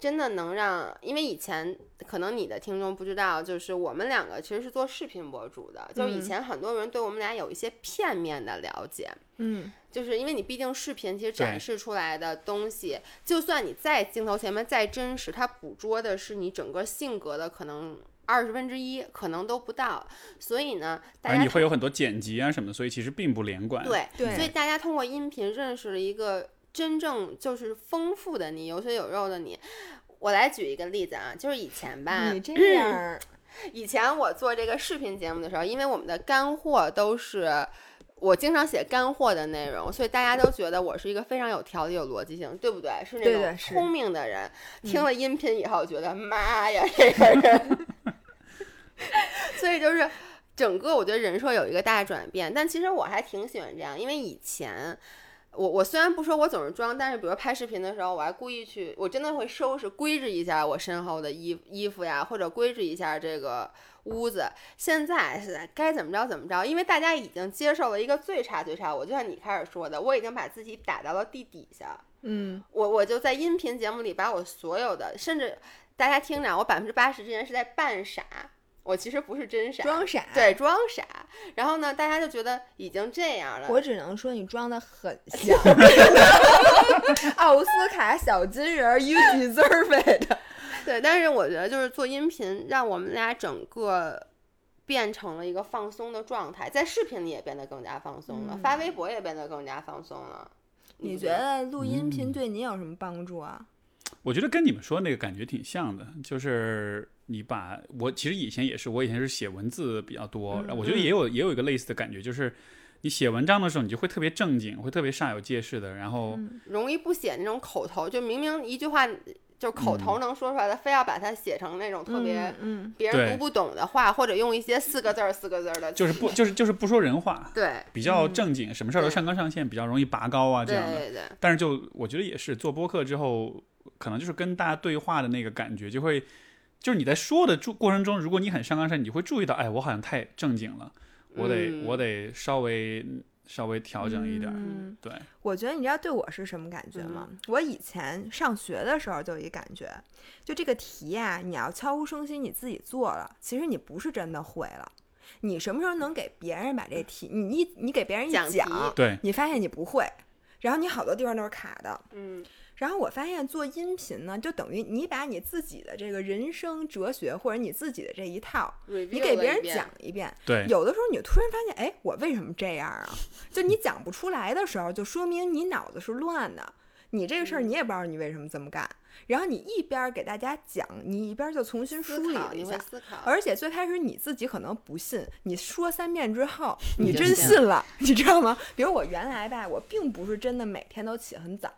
真的能让，因为以前可能你的听众不知道，就是我们两个其实是做视频博主的，就是以
嗯
前很多人对我们俩有一些片面的了解，
嗯，
就是因为你毕竟视频其实展
对
示出来的东西，就算你在镜头前面再真实，它捕捉的是你整个性格的可能二十分之一，可能都不到。所以呢， 大
而
家
哎你会有很多剪辑啊什么的，所以其实并不连贯。，
对，
对
所以大家通过音频认识了一个真正就是丰富的你，有血有肉的你。我来举一个例子啊，就是以前吧，
你这样儿，
以前我做这个视频节目的时候，因为我们的干货都是我经常写干货的内容，所以大家都觉得我是一个非常有条理、有逻辑性，对不对？是那
对的
种
是嗯
聪明的人。听了音频以后，觉得妈呀，这个 人。所以就是整个我觉得人设有一个大转变，但其实我还挺喜欢这样，因为以前。我我虽然不说我总是装，但是比如拍视频的时候，我还故意去，我真的会收拾规制一下我身后的衣衣服呀，或者规制一下这个屋子。现在是该怎么着怎么着，因为大家已经接受了一个最差最差，我就像你开始说的，我已经把自己打到了地底下。
嗯，
我我就在音频节目里把我所有的，甚至大家听着，我百分之八十之前是在扮傻，我其实不是真傻，
装傻。
对装傻。然后呢，大家就觉得已经这样了，
我只能说你装的 很像奥斯卡小金人儿，you deserve it。
对，但是我觉得就是做音频，让我们俩整个变成了一个放松的状态，在视频里也变得更加放松了，发微博也变得更加放松了。
嗯
嗯
你
不
觉得录音频
嗯
对你有什么帮助啊？
我觉得跟你们说那个感觉挺像的，就是你把我其实以前也是，我以前是写文字比较多，然后我觉得也有也有一个类似的感觉，就是你写文章的时候，你就会特别正经，会特别煞有介事的，然后
容易不写那种口头，就明明一句话就口头能说出来的，非要把它写成那种特别
嗯，
别
对
人读不懂的话，或者用一些四个字儿四个字儿的，
就是不就是就是不说人话，
对
比较正经，什么事儿都
对
上纲上线，比较容易拔高啊这
对
样的。
对对，
但是就我觉得也是做播客之后，可能就是跟大家对话的那个感觉，就会就是你在说的注过程中，如果你很上纲上，你就会注意到，哎，我好像太正经了，我得、
嗯
我得稍微稍微调整一点儿，
嗯
对，
我觉得你知道对我是什么感觉吗？我以前上学的时候就有一感觉，就这个题啊，你要悄无声息你自己做了，其实你不是真的会了。你什么时候能给别人把这题，你一你给别人一
讲
讲，
题
对，
你发现你不会，然后你好多地方都是卡的。
嗯，
然后我发现做音频呢，就等于你把你自己的这个人生哲学或者你自己的这一套，你
你
给别人讲一遍，
对，
有的时候你就突然发现，哎，我为什么这样啊？ 就你讲不出来的时候，就说明你脑子是乱的，你这个
嗯
事儿你也不知道你为什么这么干。然后你一边儿给大家讲，你一边儿就重新梳
思
理
考，
了
你
一
会
下。
思考，
而且最开始你自己可能不信，你说三遍之后，
你
你
就
真
信
信了，你知道吗？比如我原来吧，我并不是真的每天都起很早，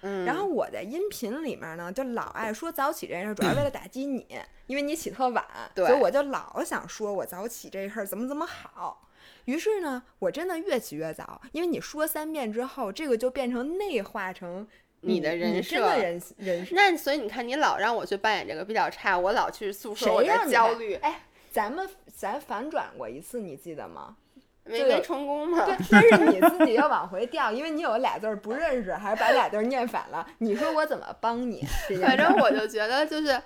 嗯，
然后我在音频里面呢，就老爱说早起这件事儿，主要为了打击你，因为你起特晚，
对
所以我就老想说我早起这事儿怎么怎么好。于是呢，我真的越起越早，因为你说三遍之后，这个就变成内化成
你的人
你
设
真的人人设。
那所以你看，你老让我去扮演这个比较差，我老去诉说我
谁
的
让你
焦
来
虑，
哎，咱们咱反转过一次，你记得 吗？
没
就
没
有
成功嘛。
对，但是你自己又往回调，因为你有俩字儿不认识，还是把俩字儿念反了。你说我怎么帮你？这件
反
事儿
正我就觉得就是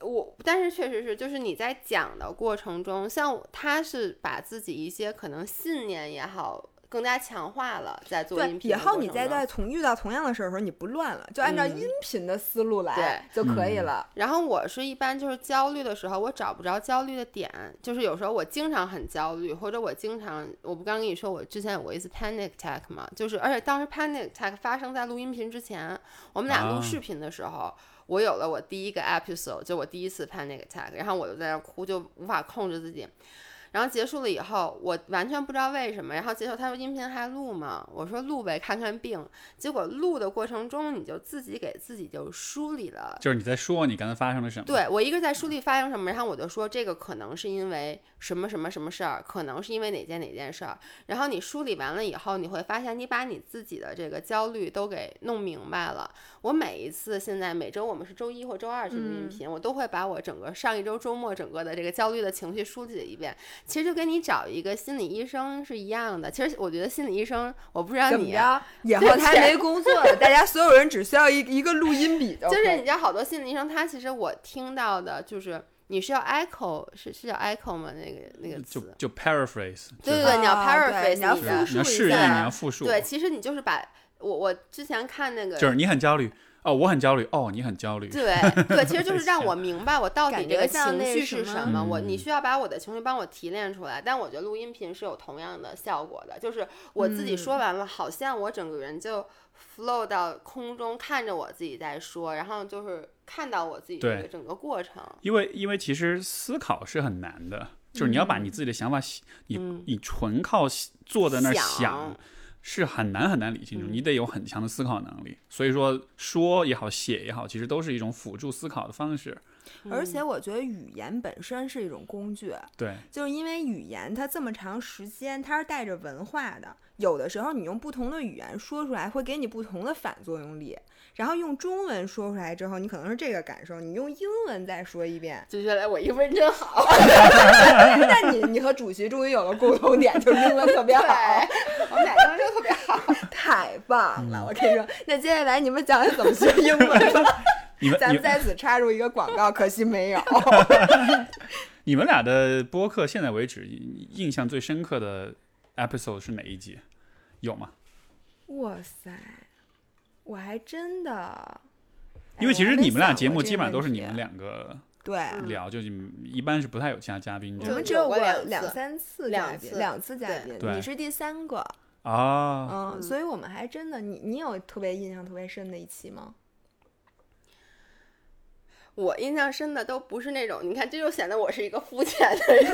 我，但是确实是，就是你在讲的过程中，像我他是把自己一些可能信念也好，更加强化了，在做
对
音，频
以
的
后
过
你
程
再
中
在同遇到同样的事儿的时候，你不乱了，就按照
嗯
音频的思路来就可以
嗯
了。
然后我是一般就是焦虑的时候，我找不着焦虑的点，就是有时候我经常很焦虑，或者我经常，我不刚跟你说我之前有过一次 panic attack 嘛，就是而且当时 panic attack 发生在录音频之前，我们俩
啊
录视频的时候，我有了我第一个 episode，就我第一次 panic attack，然后我就在那儿哭，就无法控制自己。然后结束了以后，我完全不知道为什么。然后结束，他说音频还录吗？我说录呗，看看病。结果录的过程中，你就自己给自己就梳理了
就是你在说你刚才发生了什么，
对我一个在书里发生什么，然后我就说这个可能是因为什么什么什么事儿，可能是因为哪件哪件事儿。然后你梳理完了以后，你会发现你把你自己的这个焦虑都给弄明白了。我每一次现在每周我们是周一或周二去录音
嗯
频，我都会把我整个上一周周末整个的这个焦虑的情绪梳理一遍。其实就跟你找一个心理医生是一样的。其实我觉得心理医生，我不知道
怎么
你啊、
着？以
对
后他
对
没工作了，大家所有人只需要一一个录音笔就
就
可
是
以
你知道，好多心理医生，他其实我听到的就是。你是要 echo 是是叫 echo 吗？那个那个
就
词，
就 paraphrase，
对
就
对对，你要
啊对
paraphrase，
你要
你
是
的
复
你要
述一
示意，你
下
要复述，
对，其实你就是把我我之前看那个，
就是你很焦虑，哦，我很焦虑，哦，你很焦虑，
对对，其实就是 让我明白我到底
感
这
觉
个
像
情
那
绪
什
是
么
什么。我你
嗯
需要把我的情绪帮我提炼出来，但我觉得录音频是有同样的效果的，就是我自己说完了，好像我整个人就 flow 到空中，看着我自己在说，然后就是看到我自己这
对
个整个过程。
因为因为其实思考是很难的，就是你要把你自己的想法写，
嗯
你你纯靠写坐在那儿
想
想，是很难很难理清楚，你
嗯
得有很强的思考能力。所以说说也好，写也好，其实都是一种辅助思考的方式。
嗯
而且我觉得语言本身是一种工具，
对，
就是因为语言它这么长时间，它是带着文化的。有的时候你用不同的语言说出来，会给你不同的反作用力。然后用中文说出来之后，你可能是这个感受；你用英文再说一遍，
就觉得我英文真好，
那你你和主席终于有了共同点，就是英文特别
对
好，，
我们俩英文就特别好。
太棒
嗯
了！我跟你说，那接下来你们讲讲怎么 学 英文吧。
你们
咱
你
们在此插入一个广告，可惜没有。
你们俩的播客现在为止印印象最深刻的 episode 是哪一集？有吗？
哇塞，我还真的，
因为其
哎
实你们俩节目基本上都
都
是你们两个
对。
嗯
聊，就是一般是不嗯太有其他嘉宾这
我们
样
只有
有过
我
两
两
次
三次
两
嘉宾
次
两次嘉
对
宾，
对
你是第三个，
啊。
嗯，所以我们还真的，你你有特别印象特别深的一期吗？
我印象深的都不是那种，你看这就显得我是一个肤浅的人。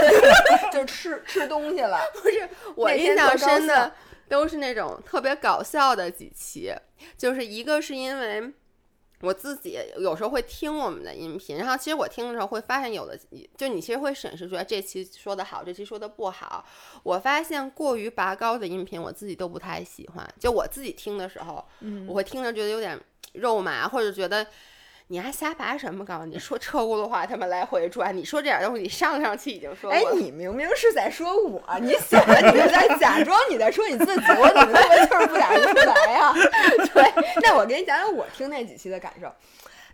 就是吃吃东西了，
不是，我
那
印
天
象
多高
深的
兴
都是那种特别搞笑的几期，就是一个是因为我自己有时候会听我们的音频，然后其实我听的时候会发现，有的就你其实会审视出来这期说的好，这期说的不好。我发现过于拔高的音频，我自己都不太喜欢。就我自己听的时候，
嗯
我会听着觉得有点肉麻，或者觉得你还瞎拔什么高？你说车轱辘话，他们来回转，你说这点东西，你上上期已经说过
哎
了。，
你明明是在说我，你显得你是在假装你在说你自己，我怎么那么就是不打得出来呀、 对，那我给你讲讲我听那几期的感受。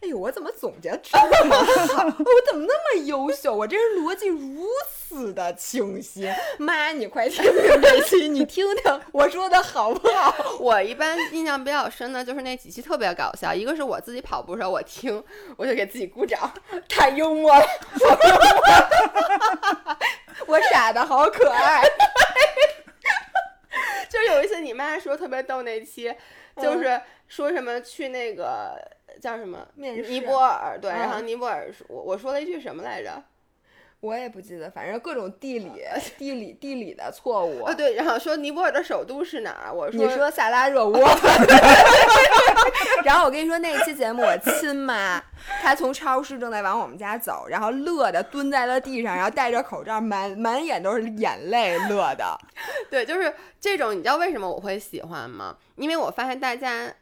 哎呦，我怎么总结得这么好？ 哦我怎么那么优秀？我这人逻辑如此的清晰。妈，你快听听这期，你听听我说的好不好？
我一般印象比较深的就是那几期特别搞笑，一个是我自己跑步的时候我听，我就给自己鼓掌，
太幽默了， 我傻的好可爱。
就是有一次你妈说特别逗那期，
嗯
就是说什么去那个叫什么
面试
尼泊尔，对，
嗯
然后尼泊尔说我我说了一句什么来着？
我也不记得，反正各种地理、地理、地理的错误。
哦对，然后说尼泊尔的首都是哪儿？我
你
说
说萨拉 热窝， 然后我跟你说那一期节目，我亲妈她从超市正在往我们家走，然后乐的蹲在了地上，然后戴着口罩，满满眼都是眼泪，乐 的。
对，就是这种，你知道为什么我会喜欢吗？因为我发现大家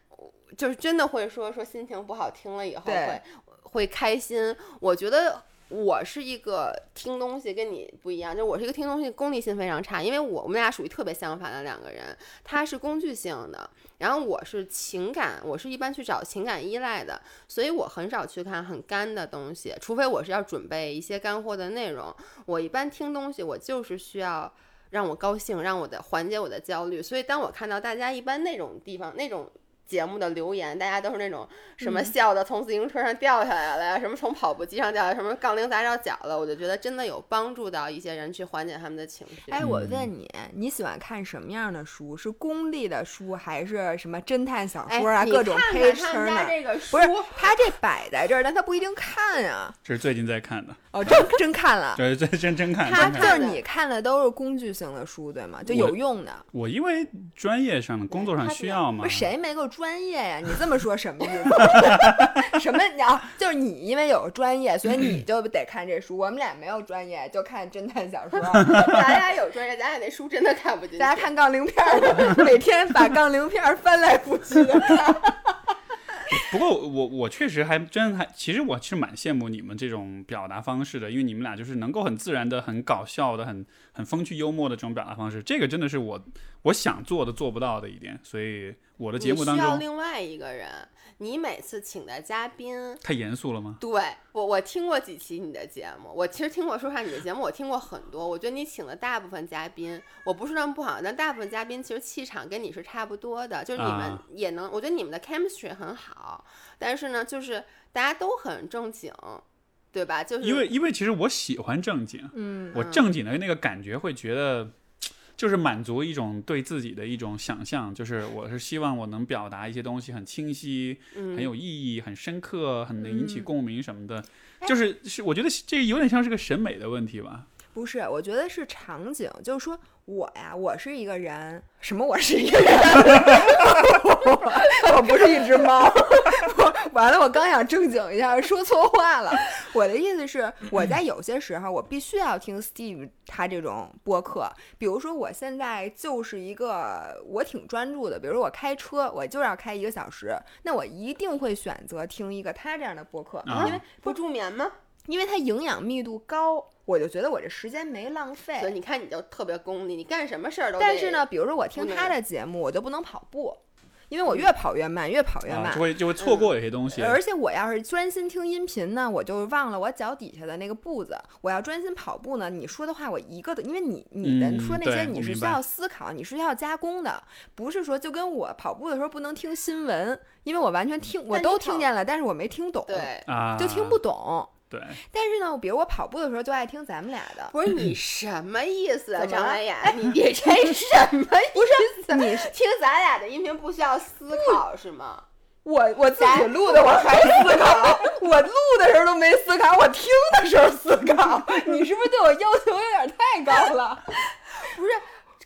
就是真的会说说心情不好，听了以后
对
会会开心。我觉得我是一个听东西跟你不一样，就我是一个听东西功利性非常差，因为我我们俩属于特别相反的两个人，他是工具性的，然后我是情感，我是一般去找情感依赖的，所以我很少去看很干的东西，除非我是要准备一些干货的内容。我一般听东西，我就是需要。让我高兴，让我的缓解我的焦虑。所以当我看到大家一般那种地方那种节目的留言，大家都是那种什
嗯
么笑的从自行车上掉下来了呀，什么从跑步机上掉下来，什么杠铃砸着脚了，我就觉得真的有帮助到一些人去缓解他们的情绪。
哎，我问你，你喜欢看什么样的书？是功利的书，还是什么侦探小
哎，
说啊？
你
各种
看
page
看
turner
他们家这个书
不是，他这摆在这儿，但他不一定看啊。
这是最近在看的，
哦，真真看了。
对，这真真看。
他
真
就
看
是你看的都是工具性的书，对吗？就有用的。
我因为专业上的工作上需要嘛
不，是谁没个专业呀、你这么说什么意思？ 什么鸟？就是你因为有专业，所以你就得看这书。我们俩没有专业，就看侦探小说。
咱俩有专业，咱俩那书真的看不进去。
大家看杠铃片儿，每天把杠铃片儿翻来覆去的看。
不过我我确实还真还，其实我是蛮羡慕你们这种表达方式的，因为你们俩就是能够很自然的、很搞笑的、很很风趣幽默的这种表达方式，这个真的是我我想做的做不到的一点，所以我的节目当
你需要
中
另外一个人，你每次请的嘉宾
太严肃了吗？
对我，我听过几期你的节目，我其实听过，说实话，你的节目我听过很多。我觉得你请的大部分嘉宾，我不是那么不好，但大部分嘉宾其实气场跟你是差不多的，就是你们
啊
也能，我觉得你们的 chemistry 很好，但是呢，就是大家都很正经，对吧？就是
因为因为其实我喜欢正经，
嗯，
我正经的那个感觉会觉得，就是满足一种对自己的一种想象，就是我是希望我能表达一些东西很清晰、
嗯
很有意义、很深刻、很能引起
嗯哎
共鸣什么的。就是是，我觉得这有点像是个审美的问题吧。
不是，我觉得是场景，就是说我呀，我是一个人，什么我是 一个人，我我不是一只猫。 我完了，我刚想正经一下，说错话了。我的意思是，我在有些时候，我必须要听 Steve 他这种播客。比如说，我现在就是一个我挺专注的，比如说我开车，我就要开一个小时，那我一定会选择听一个他这样的播客，
啊
因为不助眠吗？
因为它营养密度高，我就觉得我这时间没浪费。
所以你看你就特别功利，你干什么事儿都
但
得
是，呢，比如说我听他的节目，我就不能跑步，因为我越跑越慢，越跑越慢。
啊，就会就会错过有些东西。
嗯而且我要是专心听音频呢，我就忘了我脚底下的那个步子。我要专心跑步呢，你说的话我一个都，因为你你的
嗯
说那些
对
你
我
是
明
需
白
要思考，你是需要加工的，不是说就跟我跑步的时候不能听新闻，因为我完全听我
但你
都
跑
听见了，但是我没听懂，
对，
啊，
就听不懂。
对，
但是呢，比如我跑步的时候就爱听咱们俩的，
不是 你什么意思啊，
怎么
张
了
文雅？你这什么意思？啊
你
听咱俩的音频不需要思考是吗？
我我自己录的，我还思考。我录的时候都没思考，我听 的时候思考。你是不是对我要求有点太高了？
不是，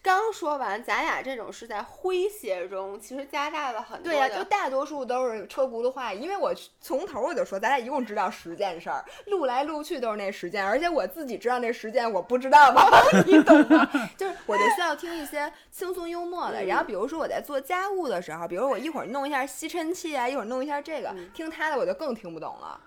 刚说完，咱俩这种是在诙谐中，其实加大了很多
对
的。
呀、就大多数都是车轱辘话，因为我从头我就说，咱俩一共知道十件事儿，录来录去都是那十件，而且我自己知道那十件，我不知道吧， 你懂吗？就是我就需要听一些轻松幽默的，
嗯
然后比如说我在做家务的时候，比如我一会儿弄一下吸尘器啊，一会儿弄一下这个，
嗯
听他的我就更听不懂了，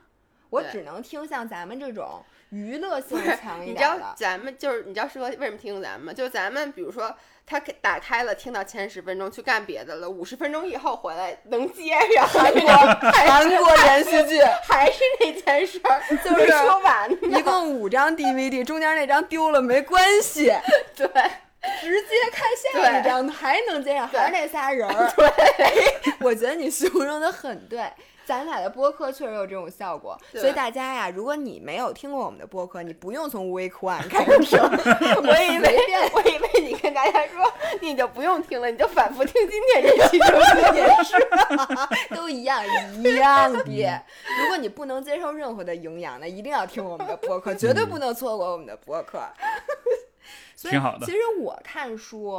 我
对
只能听像咱们这种娱乐性
不是
强一
你知
点
道
的。
咱们就是你知道师哥为什么听咱们吗？就是咱们比如说他给打开了，听到前十分钟去干别的了，五十分钟以后回来能接上，韩 国
韩国连续剧。
还是那件事儿，就
就是
是说完的
一共五张 DVD，中间那张丢了没关系，
对，
直接看下一张，还能接上，还是那仨人儿。 对，我觉得你形容的很对。咱俩的播客确实有这种效果，
对
所以大家呀，如果你没有听过我们的播客，你不用从 Week One 开始听， 我以为
我以为你跟大家说你就不用听了，你就反复听今天这期就行。
也是吧，都一样一样的。如果你不能接受任何的营养呢，一定要听我们的播客，绝对不能错过我们的播客。所以
挺好的
其实我看书，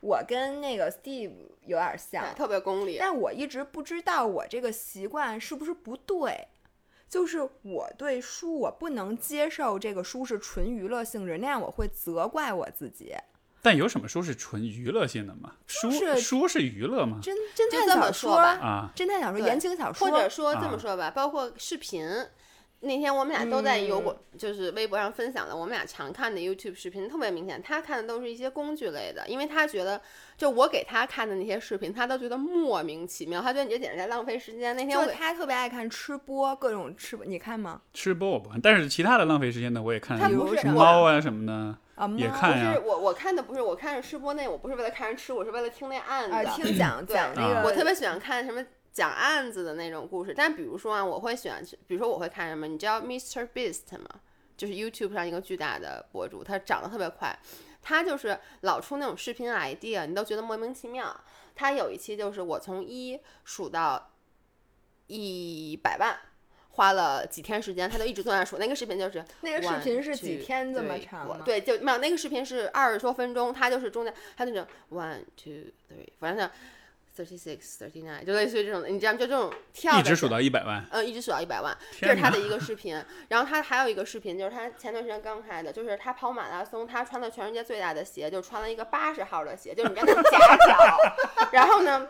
我跟那个 Steve 有点像，
对特别功利，
但我一直不知道我这个习惯是不是不对。就是我对书，我不能接受这个书是纯娱乐性质，那样我会责怪我自己。
但有什么书是纯娱乐性的吗？书
是
书是娱乐吗？
侦侦
就
探
这
小
么说
说，
吧
啊，
侦探小说、
对
言情小说，
或者说这
啊
么说吧，包括视频。那天我们俩都在
嗯
有我、就是微博上分享了我们俩常看的 YouTube 视频，特别明显，他看的都是一些工具类的，因为他觉得就我给他看的那些视频，他都觉得莫名其妙，他觉得你这简直在浪费时间。那天
就
我
是他特别爱看吃播，各种吃播，你看吗？
吃播我不看，但是其他的浪费时间的我也看
他，
比
不
如
是
什么
猫啊什么的
啊，
也
猫
看
不
呀
是。我我看的不是我看着吃播那，我不是为了看人吃，我是为了听那案子。
啊，听讲
嗯对
讲那
啊
个，
我特别喜欢看什么讲案子的那种故事，但比如说啊，我会喜欢去，比如说我会看什么，你知道 Mr. Beast 吗？就是 YouTube 上一个巨大的博主，他长得特别快，他就是老出那种视频 idea，你都觉得莫名其妙。他有一期就是我从一数到一百万。花了几天时间，他就一直坐那数。那个视频就是
那个视
one,
频是几
two,
天这么
three,
长
four
吗
对，就没有那个视频是二十多分钟，他就是中间他那种 one two three，反正 thirty six thirty nine，就类似于这种，你知道就这种跳着
一直数到一百万，
嗯，一直数到一百万，这
天
是他的一个视频。然后他还有一个视频，就是他前段时间刚拍的，就是他跑马拉松，他穿的全世界最大的鞋，就穿了一个八十号的鞋，就是你知道那 种夹脚。然后呢，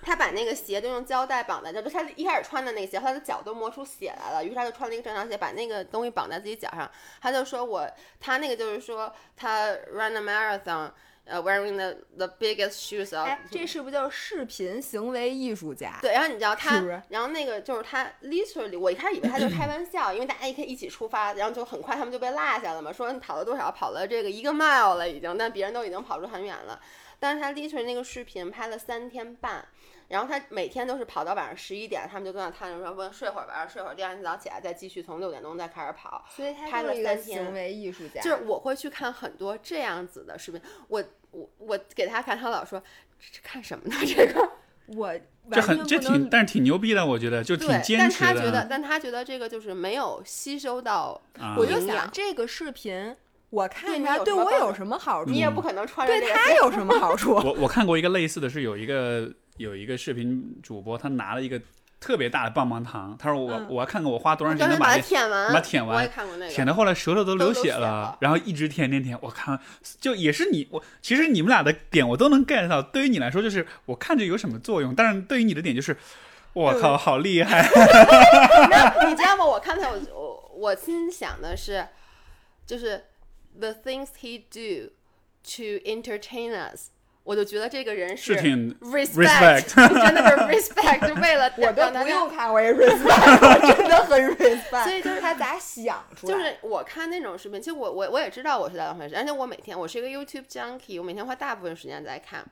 他把那个鞋就用胶带绑在这，就他一开始穿的那个鞋，后来他的脚都磨出血来了，于是他就穿了一个正常鞋，把那个东西绑在自己脚上。他就说我，他那个就是说他 run a marathon，呃、wearing the the biggest shoes of，、
哎，这是不是就是视频行为艺术家？
对，然后你知道他，
是不是
然后那个就是他，literally，我一开始以为他就是开玩笑， 因为大家一开一起出发，然后就很快他们就被落下了嘛，说你跑了多少，跑了这个一个 mile 了已经，但别人都已经跑出很远了。但是他 literally 那个视频拍了三天半，然后他每天都是跑到晚上十一点，他们就跟我探着说问睡会儿吧，睡会儿，第二天早起来再继续从六点钟再开始跑，
所以他
拍
就
了
是一个
三天
行为艺术家，
就是我会去看很多这样子的视频，我我我给他看，他老说这这看什么呢这个。
我
这
完全
很这
不
挺，
能。
但是挺牛逼的，我觉得就挺
对，
坚
但
持
他觉得
的，。
但他觉得这个就是没有吸收到，
啊
我
觉
就
营
想
养
这个视频，我看
对你
它
有
对
什么
我
帮
有
助
什么
嗯
好处
你？也不可能穿着这
对
个。
他有什么好 处？
我我看过一个类似的是有一个有一个视频主播，他拿了一个特别大的棒棒糖，他说我、
嗯
我要看看我花多长时
专
间能
门把
那
它舔完，
把它舔完
我也看过那个。
舔到后来舌头都流
都
血
流血了
然后一直舔舔舔，我看就也是你我，其实你们俩的点我都能 get 到，对于你来说就是我看着有什么作用，但是对于你的点就是，我靠，好厉害，
你知道吗？我看他，我我我心想的是，就是 the things he do to entertain us，我就觉得这个人
是挺
respect，真 的是 respect，就 为了
我都
让大
不
家
用看，我也 respect，我真的 很 respect。
所以就是
他咋想出来？
就是我看那种视频，其实我我我也知道我是在浪费时间，而且我每天我是一个 YouTube junkie，我每天花大部分时间在看。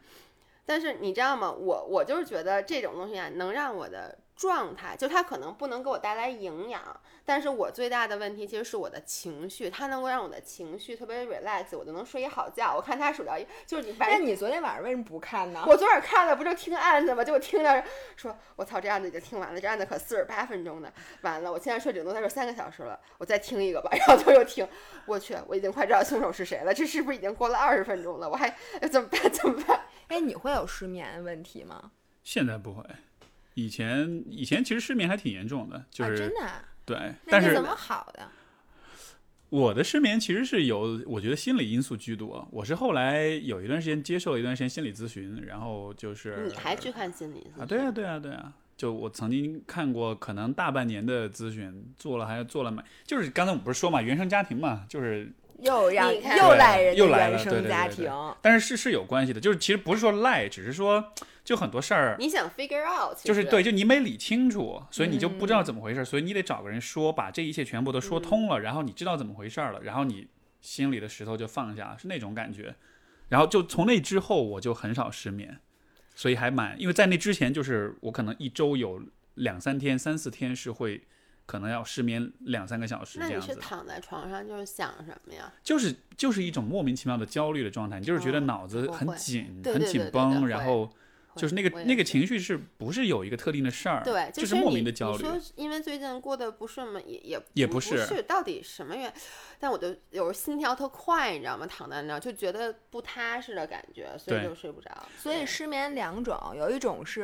但是你知道吗？我我就是觉得这种东西啊，能让我的状态，就它可能不能给我带来营养，但是我最大的问题其实是我的情绪，它能够让我的情绪特别 relax，我就能睡一好觉。我看它鼠标，就是你反
那
正
哎你昨天晚上为什么不看呢？
我昨晚看了，不就听案子吗？结果听着说，我操，这案子已经听完了，这案子可四十八分钟呢，完了，我现在睡只能在这三个小时了，我再听一个吧， 然后就又听，我去，我已经快知道凶手是谁了，这是不是已经过了二十分钟了？我还哎怎么办？怎么办？
哎，你会有失眠问题吗？
现在不会，以前以前其实失眠还挺严重的，就
啊、
是、
真的啊，
对，
那
但
你
是
怎么好的？
我的失眠其实是有，我觉得心理因素居多。我是后来有一段时间接受了一段时间心理咨询，然后就是
你还去看心理
啊，对啊，对啊，对啊。就我曾经看过可能大半年的咨询，做了还做了蛮，就是刚才我们不是说嘛，原生家庭嘛，就是
又让
你看
又赖人的
又来了
原
对
生
对
家
对对
庭，
但是是是有关系的，就是其实不是说赖，只是说就很多事儿，
你想 figure out，其
就是
实
对，就你没理清楚，所以你就不知道
嗯
怎么回事，所以你得找个人说，把这一切全部都说通了，然后你知道怎么回事了，然后你心里的石头就放下，是那种感觉。然后就从那之后，我就很少失眠，所以还蛮，因为在那之前，就是我可能一周有两三天、三四天是会。可能要失眠两三个小时
那
这
你
样
是
子，
躺在床上就是想什么呀？
就是就是一种莫名其妙的焦虑的状态，你就是觉得
哦
脑子
我
很
会
紧、
对
很
对对
紧
对对
绷，
会
然后就是那
会
个
我也
那个
是
情绪是不是有一个特定的事儿？
对，
就是是莫
你
名的焦虑
你。说，因为最近过得不顺嘛，也也
也
不
不
是
是
到底什么原因？但我就有时候心跳特快，你知道吗？躺在那儿就觉得不踏实的感觉，所以
对
就睡不着。
所以失眠两种，有一种是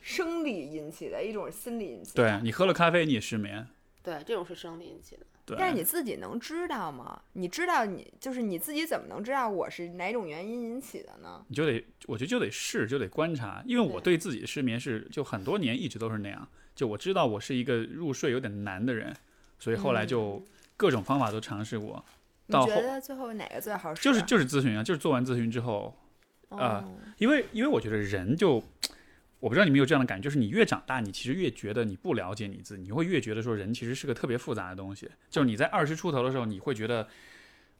生理引起的，一种是心理引起的。
对你喝了咖啡你也失眠，
对，这种是生理引起的。
对，
但是你自己能知道吗？你知道你就是你自己怎么能知道我是哪种原因引起的呢？
你就得，我觉得就得试，就得观察，因为我对自己的失眠是就很多年一直都是那样，就我知道我是一个入睡有点难的人，所以后
嗯
来就各种方法都尝试过，
你
到
觉
后
得最后哪个最好使？
就是就是咨询啊，就是做完咨询之后，啊
哦
因为因为我觉得人就。我不知道你们有这样的感觉，就是你越长大，你其实越觉得你不了解你自己，你会越觉得说人其实是个特别复杂的东西。就是你在二十出头的时候，你会觉得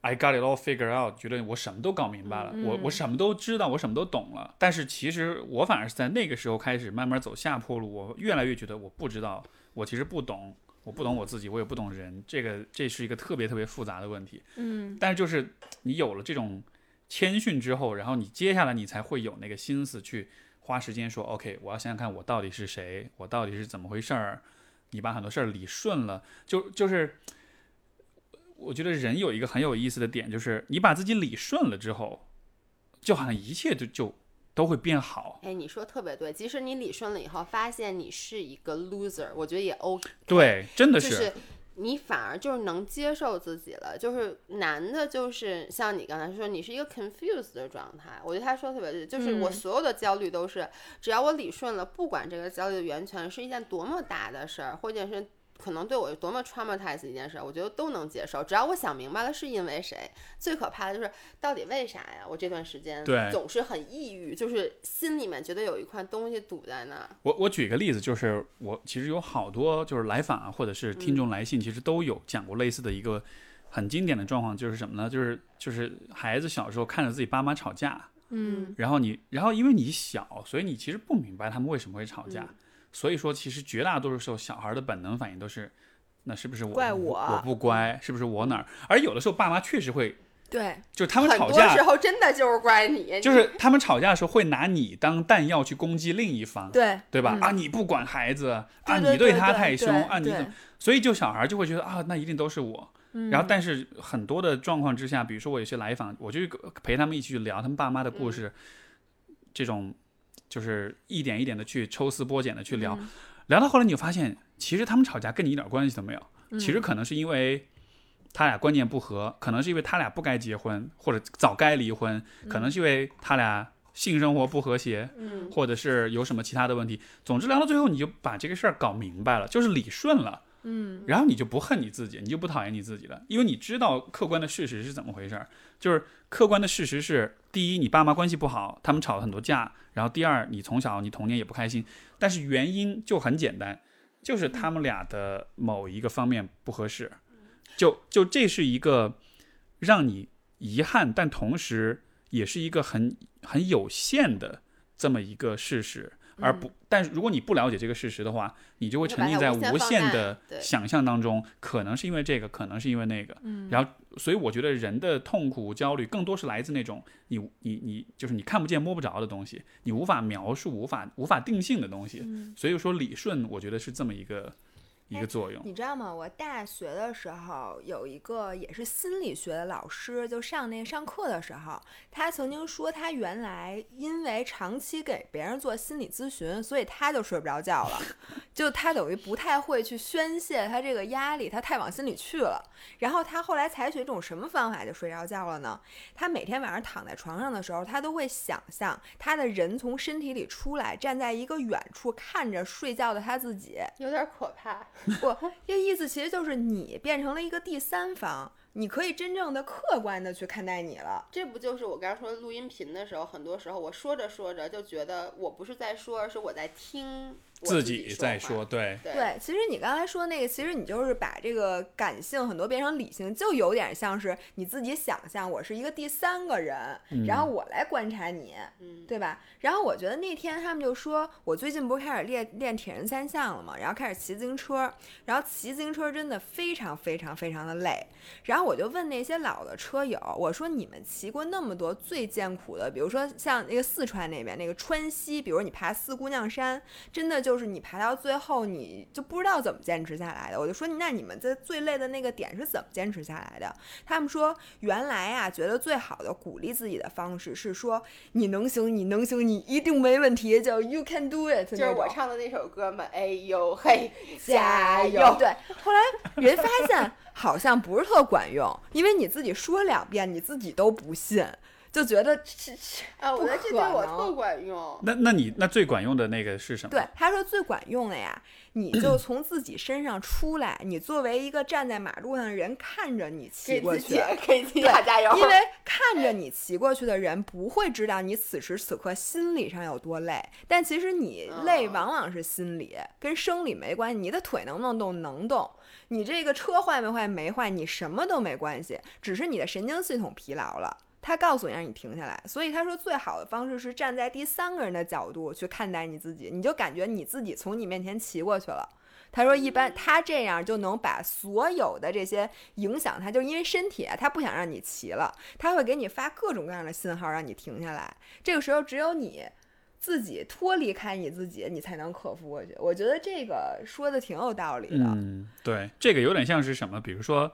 I got it all figured out，觉得我什么都搞明白了，我我什么都知道，我什么都懂了。但是其实我反而是在那个时候开始慢慢走下坡路，我越来越觉得我不知道，我其实不懂，我不懂我自己，我也不懂人，这个这是一个特别特别复杂的问题。嗯，但是就是你有了这种谦逊之后，然后你接下来你才会有那个心思去。花时间说 OK，我要想想看我到底是谁，我到底是怎么回事儿。你把很多事儿理顺了，就就是，我觉得人有一个很有意思的点，就是你把自己理顺了之后，就好像一切就就都会变好。
哎，你说特别对，即使你理顺了以后，发现你是一个 loser，我觉得也 OK。
对，真的，
就是是你反而就是能接受自己了。就是男的，就是像你刚才说，你是一个 confused 的状态。我觉得他说得特别对，就是我
嗯
所有的焦虑都是，只要我理顺了，不管这个焦虑的源泉是一件多么大的事儿，或者是。可能对我有多么 traumatize 一件事儿，我觉得都能接受。只要我想明白了是因为谁，最可怕的就是到底为啥呀？我这段时间
对
总是很抑郁，就是心里面觉得有一块东西堵在那儿。
我我举个例子，就是我其实有好多就是来访啊，或者是听
嗯
众来信，其实都有讲过类似的一个很经典的状况，就是什么呢？就是就是孩子小时候看着自己爸妈吵架，
嗯，
然后你，然后因为你小，所以你其实不明白他们为什么会吵架。
嗯
所以说，其实绝大多数时候，小孩的本能反应都是，那是不是我
怪
我
我
啊
不乖？是不是我哪儿？而有的时候，爸妈确实会，
对，
就是他们
很
吵
多时
架，
候真的就是怪你，
就
你
是他们吵架的时候会拿你当弹药去攻击另一方，
对
对吧？
嗯
啊，你不管孩子，啊，
对
你
对
他太凶，
对
啊，你
对嗯
怎么？所以就小孩就会觉得啊，那一定都是我。然后，但是很多的状况之下，比如说我有些来访，我就陪他们一起去聊他们爸妈的故事，这种就是一点一点的去抽丝剥茧的去聊，
嗯
聊到后来你就发现，其实他们吵架跟你一点关系都没有，
嗯
其实可能是因为。他俩观念不合，可能是因为他俩不该结婚，或者早该离婚，可能是因为他俩性生活不和谐，
嗯
或者是有什么其他的问题。总之，聊到最后，你就把这个事儿搞明白了，就是理顺了。嗯，然后你就不恨你自己，你就不讨厌你自己了，因为你知道客观的事实是怎么回事儿。就是客观的事实是，第一，你爸妈关系不好，他们吵了很多架；然后第二，你从小你童年也不开心，但是原因就很简单，就是他们俩的某一个方面不合适。就就这是一个让你遗憾，但同时也是一个很很有限的这么一个事实，而不，但是如果你不了解这个事实的话，你就会
嗯就
沉
把
浸
它
在
无限
无
放
限
大
的
对
想象当中，可能是因为这个，可能是因为那个，
嗯
然后所以我觉得人的痛苦、焦虑更多是来自那种你你你就是你看不见摸不着的东西，你无法描述、无法无法定性的东西。
嗯
所以说理顺，我觉得是这么一个一
哎
个作用。
你知道吗？我大学的时候有一个也是心理学的老师，就上那上课的时候，他曾经说他原来因为长期给别人做心理咨询，所以他就睡不着觉 了，就他等于不太会去宣泄他这个压力，他太往心里去了。然后他后来采取一种什么方法就睡着觉了呢？他每天晚上躺在床上的时候，他都会想象他的人从身体里出来，站在一个远处看着睡觉的他自己。
有点可怕。
不，这意思其实就是你变成了一个第三方，你可以真正的客观的去看待你了。
这不就是我刚刚说录音频的时候，很多时候我说着说着就觉得我不是在说，而是我在听我
自
己
在
说
说，
话。
对，
对，
对，其实你刚才说那个，其实你就是把这个感性很多变成理性，就有点像是你自己想象我是一个第三个人，然后我来观察你，
嗯，
对吧？然后我觉得那天他们就说，我最近不是开始练练铁人三项了嘛，然后开始骑自行车，然后骑自行车真的非常非常非常的累。然后我就问那些老的车友，我说你们骑过那么多最艰苦的，比如说像那个四川那边那个川西，比如你爬四姑娘山，真的就是你爬到最后你就不知道怎么坚持下来的。我就说那你们这最累的那个点是怎么坚持下来的？他们说原来啊，觉得最好的鼓励自己的方式是说你能行，你能行，你一定没问题，叫 You can do it，
就是
那种
我唱的那首歌嘛，哎呦嘿，
对，后来人发现好像不是特管用，因为你自己说两遍，你自己都不信，就觉得是是。
啊！我觉得
不可
这对我
能
特管用。
那那你那最管用的那个是什么？
对，他说最管用的呀，你就从自己身上出来，你作为一个站在马路上的人看着你骑
给
过
自
去
己，，给自己
对
打加油。
因为看着你骑过去的人不会知道你此时此刻心理上有多累，但其实你累
嗯
往往是心理，跟生理没关系。你的腿能不能动，能动；你这个车坏没坏，没坏，你什么都没关系，只是你的神经系统疲劳了。他告诉你让你停下来，所以他说最好的方式是站在第三个人的角度去看待你自己，你就感觉你自己从你面前骑过去了。他说一
嗯
般他这样就能把所有的这些影响他，就是因为身体啊他不想让你骑了，他会给你发各种各样的信号让你停下来。这个时候只有你自己脱离开你自己，你才能克服过去。我觉得这个说的挺有道理的。
嗯，对，这个有点像是什么？比如说，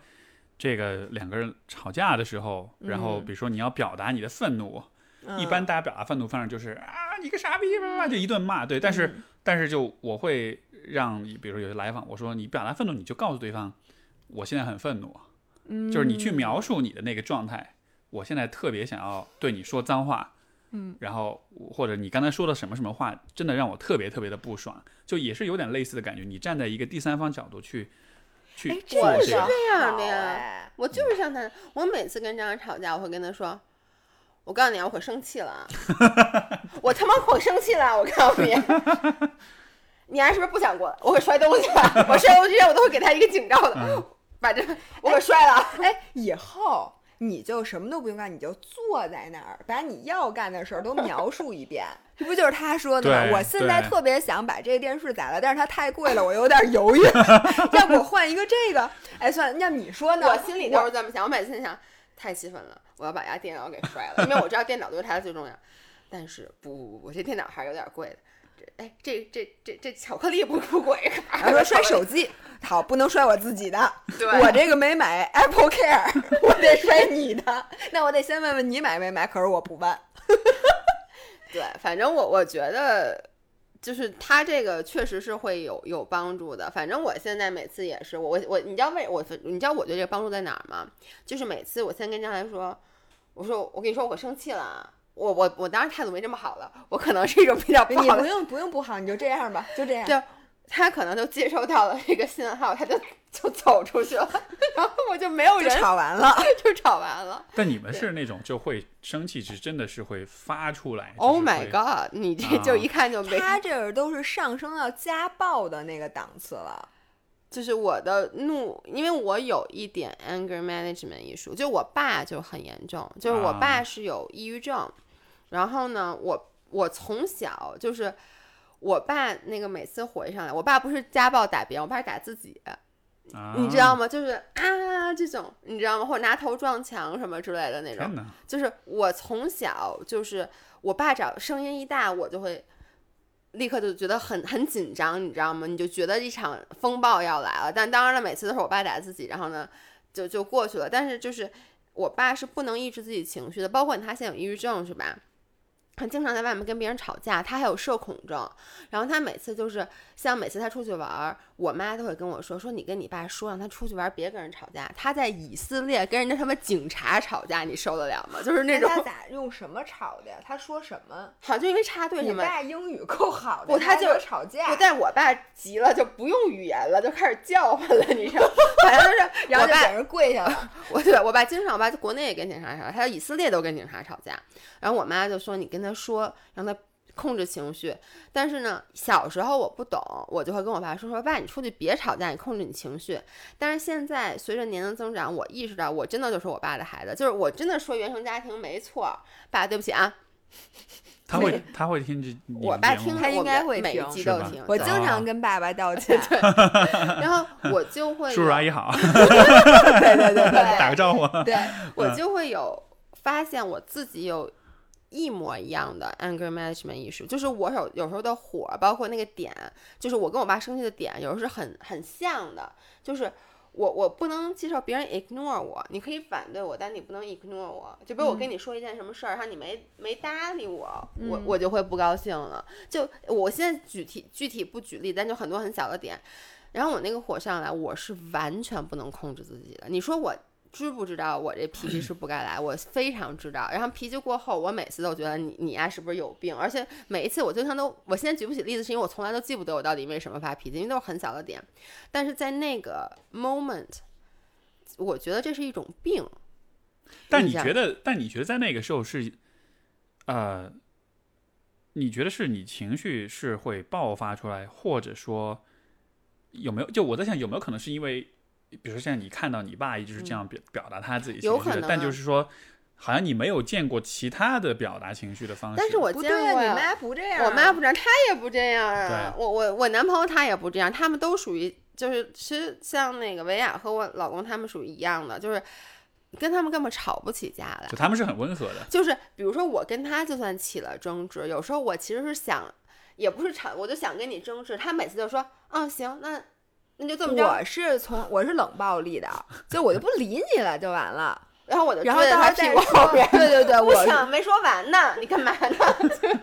这个两个人吵架的时候，然后
嗯
比如说你要表达你的愤怒，
嗯
一般大家表达愤怒方式就是啊，你个傻逼
嗯
吧，就一顿骂。对，但是、但是就我会让，比如说有些来访，我说你表达愤怒，你就告诉对方，我现在很愤怒，
嗯
就是你去描述你的那个状态，我现在特别想要对你说脏话。
嗯，
然后或者你刚才说的什么什么话，真的让我特别特别的不爽，就也是有点类似的感觉。你站在一个第三方角度去去
哎，这
做
个哎
是
是
这个，哎
这样的呀
呀。
我就是像他，我每次跟张张吵架，我会跟他说：“我告诉你啊，我可生气了啊，我他妈可生气了，我告诉你， 你还是不是不想过来？我可摔东西了，我摔东西我都会给他一个警告的，把这我可摔了。
哎，以后你就什么都不用干，你就坐在那儿，把你要干的事儿都描述一 遍。这不就是他说的吗？
对
我现在
对
特别想把这个电视宰了，但是它太贵了，我有点 犹豫。要不我换一个这个？哎，算了，要你说呢？
我心里都是这么想，我每次想太气愤了，我要把家电脑给摔了，因为我知道电脑对他最重要。但是不不不，我这电脑还是有点贵的。这哎，这这这这巧克力不不贵，啊
然后说摔手机，好，不能摔我自己的，
对，
我这个没买 Apple Care，我 得摔你的。那我得先问问你买没买，可是我不问。
对，反正我我觉得，就是他这个确实是会有有帮助的。反正我现在每次也是，我我我，你知道为我，你知道我对这个帮助在哪儿吗？就是每次我先跟张涵说，我说我跟你说，我可生气了啊。我我我当然态度没这么好了，我可能是一种比较不
你
好
不
的，
用不用不好，你就这样吧，就这样。
对他可能就接收到了这个信号，他就就走出去了， 然后我就没有
就
人
吵完了。
就吵完了。
但你们是那种就会生气，是真的是会发出来。
Oh
就是
my
会
god！你这就
啊
一看 就没
他这儿都是上升到家暴的那个档次了。
就是我的怒，因为我有一点 anger management 艺术，就我爸就很严重，就是我爸
啊
是有抑郁症，然后呢，我我从小就是我爸那个每次回上来，我爸不是家暴打别人，我爸是打自己，
啊，
你知道吗？就是啊这种，你知道吗？或者拿头撞墙什么之类的那种
天。哪，
就是我从小就是我爸只要声音一大，我就会立刻就觉得很很紧张，你知道吗？你就觉得一场风暴要来了。但当然了，每次都是我爸打自己，然后呢就就过去了。但是就是我爸是不能抑制自己情绪的，包括他现在有抑郁症是吧？他经常在外面跟别人吵架，他还有社恐症。然后他每次就是像每次他出去玩儿，我妈都会跟我说说你跟你爸说，让他出去玩儿，别跟人吵架。他在以色列跟人家他妈警察吵架，你受得了吗？就是那种
他咋用什么吵的呀？他说什么？
好像就因为插队
你
什么。
爸英语够好的，
不他
还
就
能吵 架
不，，但我爸急了，就不用语言了，就开始叫唤了，你知道吗？反正就 是，
然后
我
就
爸
给人跪下 了。
我对我爸经常，我爸在国内也跟警察吵架，他在以色列都跟警察吵架。然后我妈就说：“你跟他说，让他控制情绪。”但是呢，小时候我不懂，我就会跟我爸说：“说爸，你出去别吵架，你控制你情绪。”但是现在随着年龄增长，我意识到我真的就是我爸的孩子，就是我真的说原生家庭没错。爸，对不起啊，
他会他会听这你
我
们
爸
节目
听
吗
他
我
应
们
该
的
会
每一
听
集
是
都
吧
听，
我
对
经常跟爸爸道歉，
然后我就 会
叔叔
有
阿姨好，
对对对
打
对
个招呼。
对，
我就会有发现我自己有一模一样的 anger management 意识，就是我有有时候的火，包括那个点，就是我跟我爸生气的点，有时候是很很像的，就是。我我不能接受别人 ignore 我，你可以反对我，但你不能 ignore 我。就比如我跟你说一件什么事儿，然后你没没搭理我，我我就会不高兴了。就我现在具体具体不举例，但就很多很小的点，然后我那个火上来，我是完全不能控制自己的。你说我知不知道我这脾气是不该来？我非常知道。然后脾气过后，我每次都觉得你你呀、是不是有病？而且每一次我经常都，我现在举不起例子，是因为我从来都记不得我到底因为什么发脾气，因为都是很小的点。但是在那个 moment，我觉得这是一种病。
但
印
你
象
觉得，但你觉得在那个时候是，呃，你觉得是你情绪是会爆发出来，或者说有没有？就我在想，有没有可能是因为，比如说像你看到你爸一直是这样表、表达他自己情
嗯有
绪
可
的，
能
但
啊
就是说，好像你没有见过其他的表达情绪的方式。
但是我
不
见
对
过
啊，
呀
你妈不这样啊，
我妈不这样，她也不这样啊。我我我男朋友他也不这样，他们都属于就是，其实像那个维亚和我老公他们属于一样的，就是跟他们根本吵不起架来
就。他们是很温和的，
就是比如说我跟他就算起了争执，有时候我其实是想，也不是吵，我就想跟你争执，他每次就说，嗯行，那那就这么着，
我是从我是冷暴力的，就我就不理你了，就完了。
然后我就
然后
追着
到时
他
候再
屁股后
说
边。，
对对对，
我
我
想没说完呢，你干嘛呢？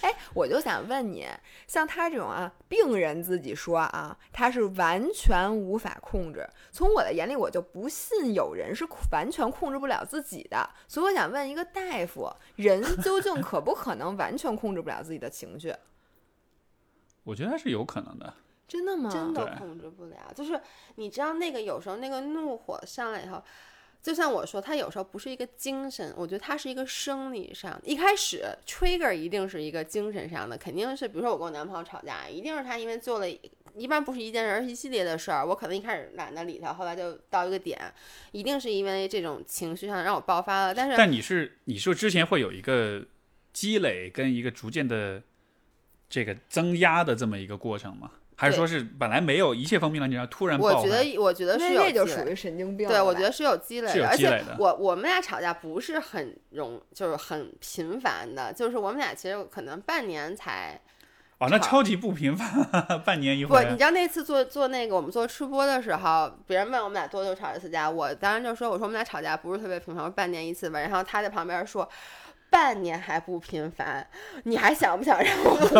哎，我就想问你，像他这种啊，病人自己说啊，他是完全无法控制。从我的眼里，我就不信有人是控完全控制不了自己的。所以我想问一个大夫，人究竟可不可能完全控制不了自己的情绪？
我觉得还是有可能的。
真的吗？
真的
对
控制不了。就是你知道那个有时候那个怒火上来以后，就像我说，它有时候不是一个精神，我觉得它是一个生理上。一开始 trigger 一定是一个精神上的，肯定是比如说我跟我男朋友吵架，一定是他因为做了一。一般不是一件事儿，而是一系列的事儿。我可能一开始懒得理他，后来就到一个点，一定是因为这种情绪上让我爆发了。但是
但你是你说之前会有一个积累跟一个逐渐的这个增压的这么一个过程吗？还是说是本来没有一切风平浪静，然后突然
我
爆
觉
发？
得，我觉得是
那
有
这就
积累
属于神经病了吧。
对，我觉得是有积累
是有
的，而
积
且
累的
我我们俩吵架不是很容，就是很频繁的，就是我们俩其实可能半年才
哦，那
吵
超级不频繁， 半年一
不，
回。
你知道那次做做那个我们做吃播的时候，别人问我们俩多久吵一次架，我当时就说我说我们俩吵架不是特别频繁，我说半年一次吧，然后他在旁边说。半年还不频繁，你还想不想让我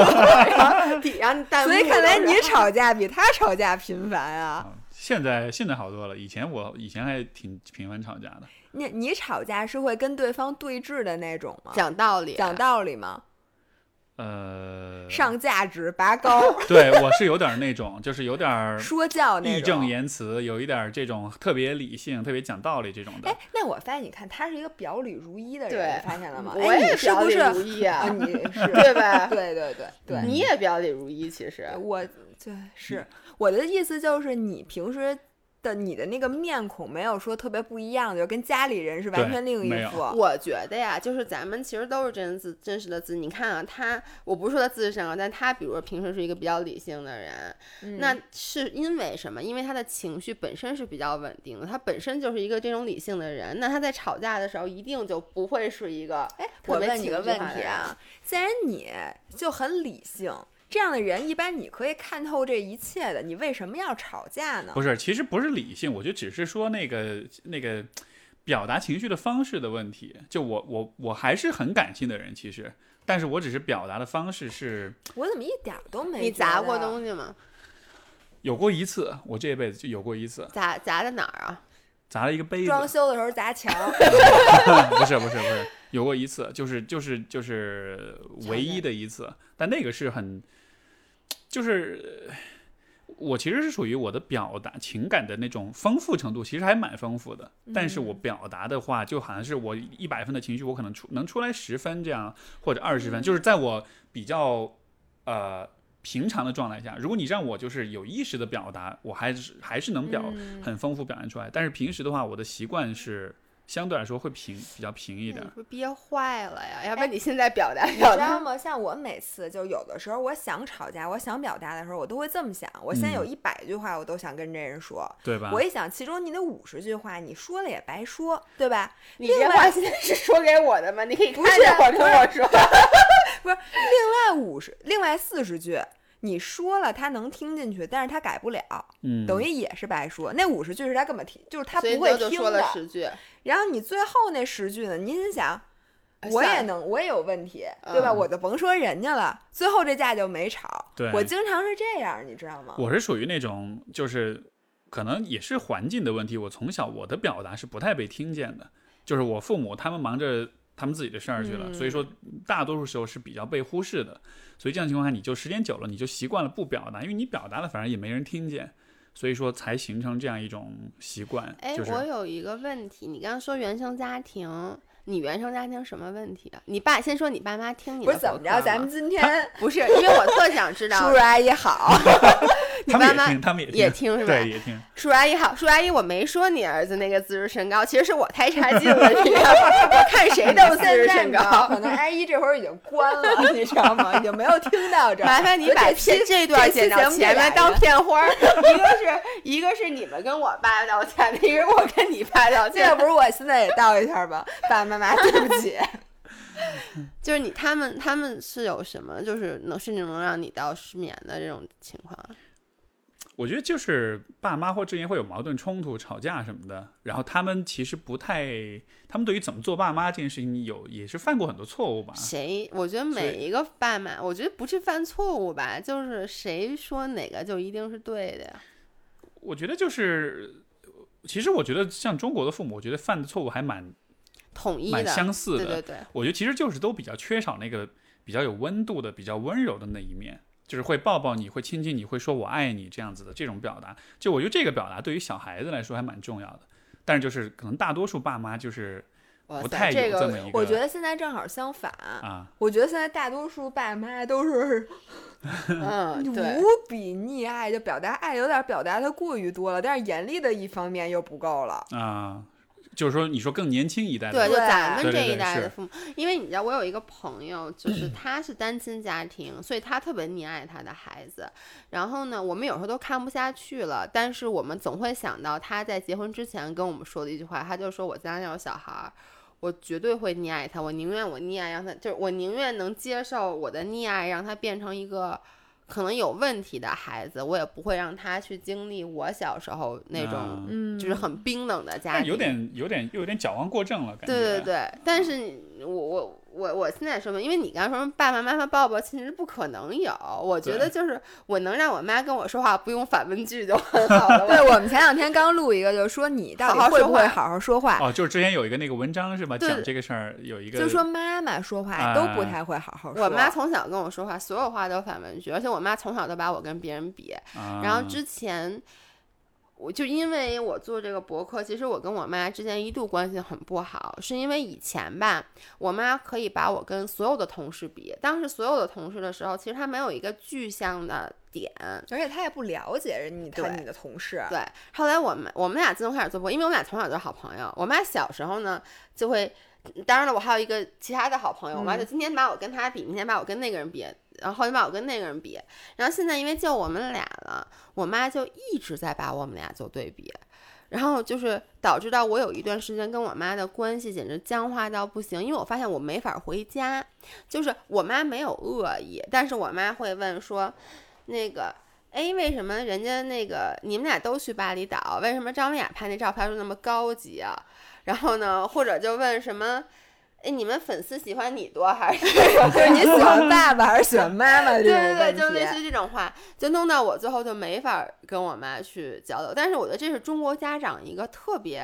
然后底？然后弹幕
所以看来
都是
你吵架比他吵架频繁啊。
啊现在现在好多了，以前我以前还挺频繁吵架的，
你你吵架是会跟对方对峙的那种吗？
讲道理，啊
讲道理吗？
呃，
上价值拔 高
对我是有点儿那种，就是 有点儿
说教那种。
义正言辞，有一点儿这种特别理性、特别讲道理这种的
哎。，那我发现，你看他是一个表里如一的
对
人，你发现了吗？
我
哎
也
你是不是
表里如一啊
啊？你是
对吧？
对对对对，
你也表里如一，其实
我对是我的意思就是，你平时的你的那个面孔没有说特别不一样，就跟家里人是完
对
全另一
没有
副。
我觉得呀，就是咱们其实都是真自真实的自己。你看啊，他我不是说他自视甚高，但他比如说平时是一个比较理性的人，
嗯
那是因为什么？因为他的情绪本身是比较稳定的，他本身就是一个这种理性的人。那他在吵架的时候，一定就不会是一个
哎，
特
我
别
问你
情
个
绪
问
化的
题
人
啊，既然你就很理性，这样的人一般你可以看透这一切的，你为什么要吵架呢
不？是，其实不是理性，我觉得只是说那个那个表达情绪的方式的问题。就我我我还是很感性的人，其实，但是我只是表达的方式是
我怎么一点儿都没？
你砸过东西吗？
有过一次，我这辈子就有过一次，
砸砸在哪儿啊？
砸了一个杯子，
装修的时候砸墙，
不是不是不是，有过一次，就是就是就是唯一的一次，但那个是很，就是我其实是属于我的表达情感的那种丰富程度，其实还蛮丰富的，但是我表达的话，就好像是我一百分的情绪，我可能出能出来十分这样，或者二十分，就是在我比较呃。平常的状态下，如果你让我就是有意识的表达，我还是还是能表
嗯
嗯
很丰富表现出来。但是平时的话，我的习惯是相对来说会平比较平
那
一点
你
儿。
不是憋坏了呀？要不
哎
然你现在表达
你
表
知道
达。
吗？像我每次就有的时候，我想吵架，我想表达的时候，我都会这么想：我现在有
嗯
一百句话，我都想跟这人说。
对吧？
我一想，其中你的五十句话，你说了也白说，对吧？
你这
另
话
外
现在是说给我的吗？你可以看
不
着
是
我跟我说。
另外五十，另外四十句，你说了他能听进去，但是他改不了，
嗯，
等于也是白说。那五十句是他根本听，就是他
所以
不
你
会
就
听
说了
的。
十句，
然后你最后那十句呢？你心想，我
算
也
了
能，我也有问题，对吧？
啊嗯
我就甭说人家了，最后这架就没吵。
对
我经常是这样，你知道吗？
我是属于那种就是可能也是环境的问题，我从小我的表达是不太被听见的，就是我父母他们忙着。他们自己的事儿去了，所以说
嗯
大多数时候是比较被忽视的。所以这样情况下，你就时间久了，你就习惯了不表达，因为你表达了反正也没人听见，所以说才形成这样一种习惯。
哎，
就是
我有一个问题，你刚刚说原生家庭，你原生家庭什么问题啊？你爸先说你爸妈听你
不啊
的
是怎么
博
着，
客
咱
吗
们今天
不是，因为我特想知
叔
道
叔阿姨好，
你
他们
爸
也
妈
听，他们也
也听是吧？
对，也听。
叔叔阿姨好，叔叔阿姨，我没说你儿子那个自视甚高，其实是我太差劲了，你知道吗 我看谁都自
现
视
在
甚
你知道，
高。
可能阿姨这会儿已经关了，你知道吗？已经没有听到这儿。
麻烦你把
这期
这这段剪到
这期节目
前面
给
当
大家
片花儿，一个是一个是你们跟我爸道歉，一个是我跟你爸道
这
歉
不。是我现在也道一下吧，爸爸妈妈对不 起。
就是你他们他们是有什么，就是能甚至能让你到失眠的这种情况？
我觉得就是爸妈或之间会有矛盾冲突、吵架什么的，然后他们其实不太，他们对于怎么做爸妈这件事情有也是犯过很多错误吧。
谁？我觉得每
所
一个爸妈，我觉得不是犯错误吧，就是谁说哪个就一定是对的呀。
我觉得就是，其实我觉得像中国的父母，我觉得犯的错误还蛮
统一
蛮
的，
相似
对
的。
对对，
我觉得其实就是都比较缺少那个比较有温度的、比较温柔的那一面，就是会抱抱你，会亲亲你，会说我爱你这样子的这种表达。就我觉得这个表达对于小孩子来说还蛮重要的，但是就是可能大多数爸妈就是
哇
不
塞
太
这
有
个
这么 一个
我觉得现在正好相反，
啊。
我觉得现在大多数爸妈都是啊
嗯，对，
无比溺爱，就表达爱有点表达的过于多了，但是严厉的一方面又不够了。
啊、就是说你说更年轻一代的
对，就
对
咱们
对对
这一
对
代的
是
父母，因为你知道，我有一个朋友， 就是他是单亲家庭，所以他特别溺爱他的孩子。然后呢，我们有时候都看不下去了，但是我们总会想到他在结婚之前跟我们说的一句话，他就说：“我将来要有小孩儿。”我绝对会溺爱他，我宁愿我溺爱让他，就是我宁愿能接受我的溺爱，让他变成一个可能有问题的孩子，我也不会让他去经历我小时候那种
嗯
嗯
就是很冰冷的家
但
庭，
有点有点又有点矫枉过正了，感觉。
对对对，但是你我我我我现在说明，因为你刚刚说爸爸妈妈抱抱，其实不可能有。我觉
对
得就是我能让我妈跟我说话不用反问句就很好
对
了。
我们前两天刚录一个，就是说你到底
好好
会不
说话
会好好说话？
哦，就是之前有一个那个文章是吧，
对
讲这个事儿有一个，啊
就说妈妈说话都不太会好好说。
我妈从小跟我说话，
嗯
所有话都反问句，而且我妈从小都把我跟别人比。
啊，
然后之前我就因为我做这个博客，其实我跟我妈之间一度关系很不好，是因为以前吧，我妈可以把我跟所有的同事比，当时所有的同事的时候，其实她没有一个具象的点。
而且他也不了解人你他
对
你的同 事，
对，后来我们我们俩自从开始做播，因为我们俩从小就是好朋友。我妈小时候呢，就会，当然了，我还有一个其他的好朋友，我妈就今天把我跟她比，明天把我跟那个人比，然后后天把我跟那个人比，然后现在因为就我们俩了，我妈就一直在把我们俩做对比。然后就是导致到我有一段时间跟我妈的关系简直僵化到不行，因为我发现我没法回家，就是我妈没有恶意，但是我妈会问说，那个哎，为什么人家那个你们俩都去巴厘岛，为什么张文雅拍那照片就那么高级啊？然后呢，或者就问什么，哎，你们粉丝喜欢你多还是
就是你喜欢爸爸还是喜欢妈 妈这
对
种
对对，
问
就类似
题。
于这种话，就弄到我最后就没法儿跟我妈去交流。但是我觉得这是中国家长一个特别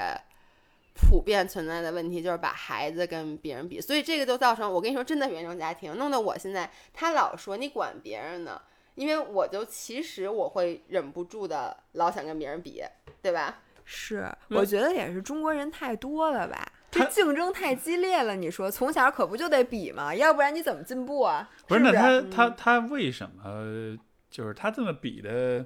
普遍存在的问题，就是把孩子跟别人比，所以这个就造成我跟你说，真的原生家庭弄得我现在，他老说你管别人呢，因为我就其实我会忍不住的老想跟别人比，对吧？
是，
嗯
我觉得也是中国人太多了吧。这
他
竞争太激烈了，你说从小可不就得比嘛，要不然你怎么进步啊？
不
是
是，那他
嗯
啊
他他为什么就是他这么比的？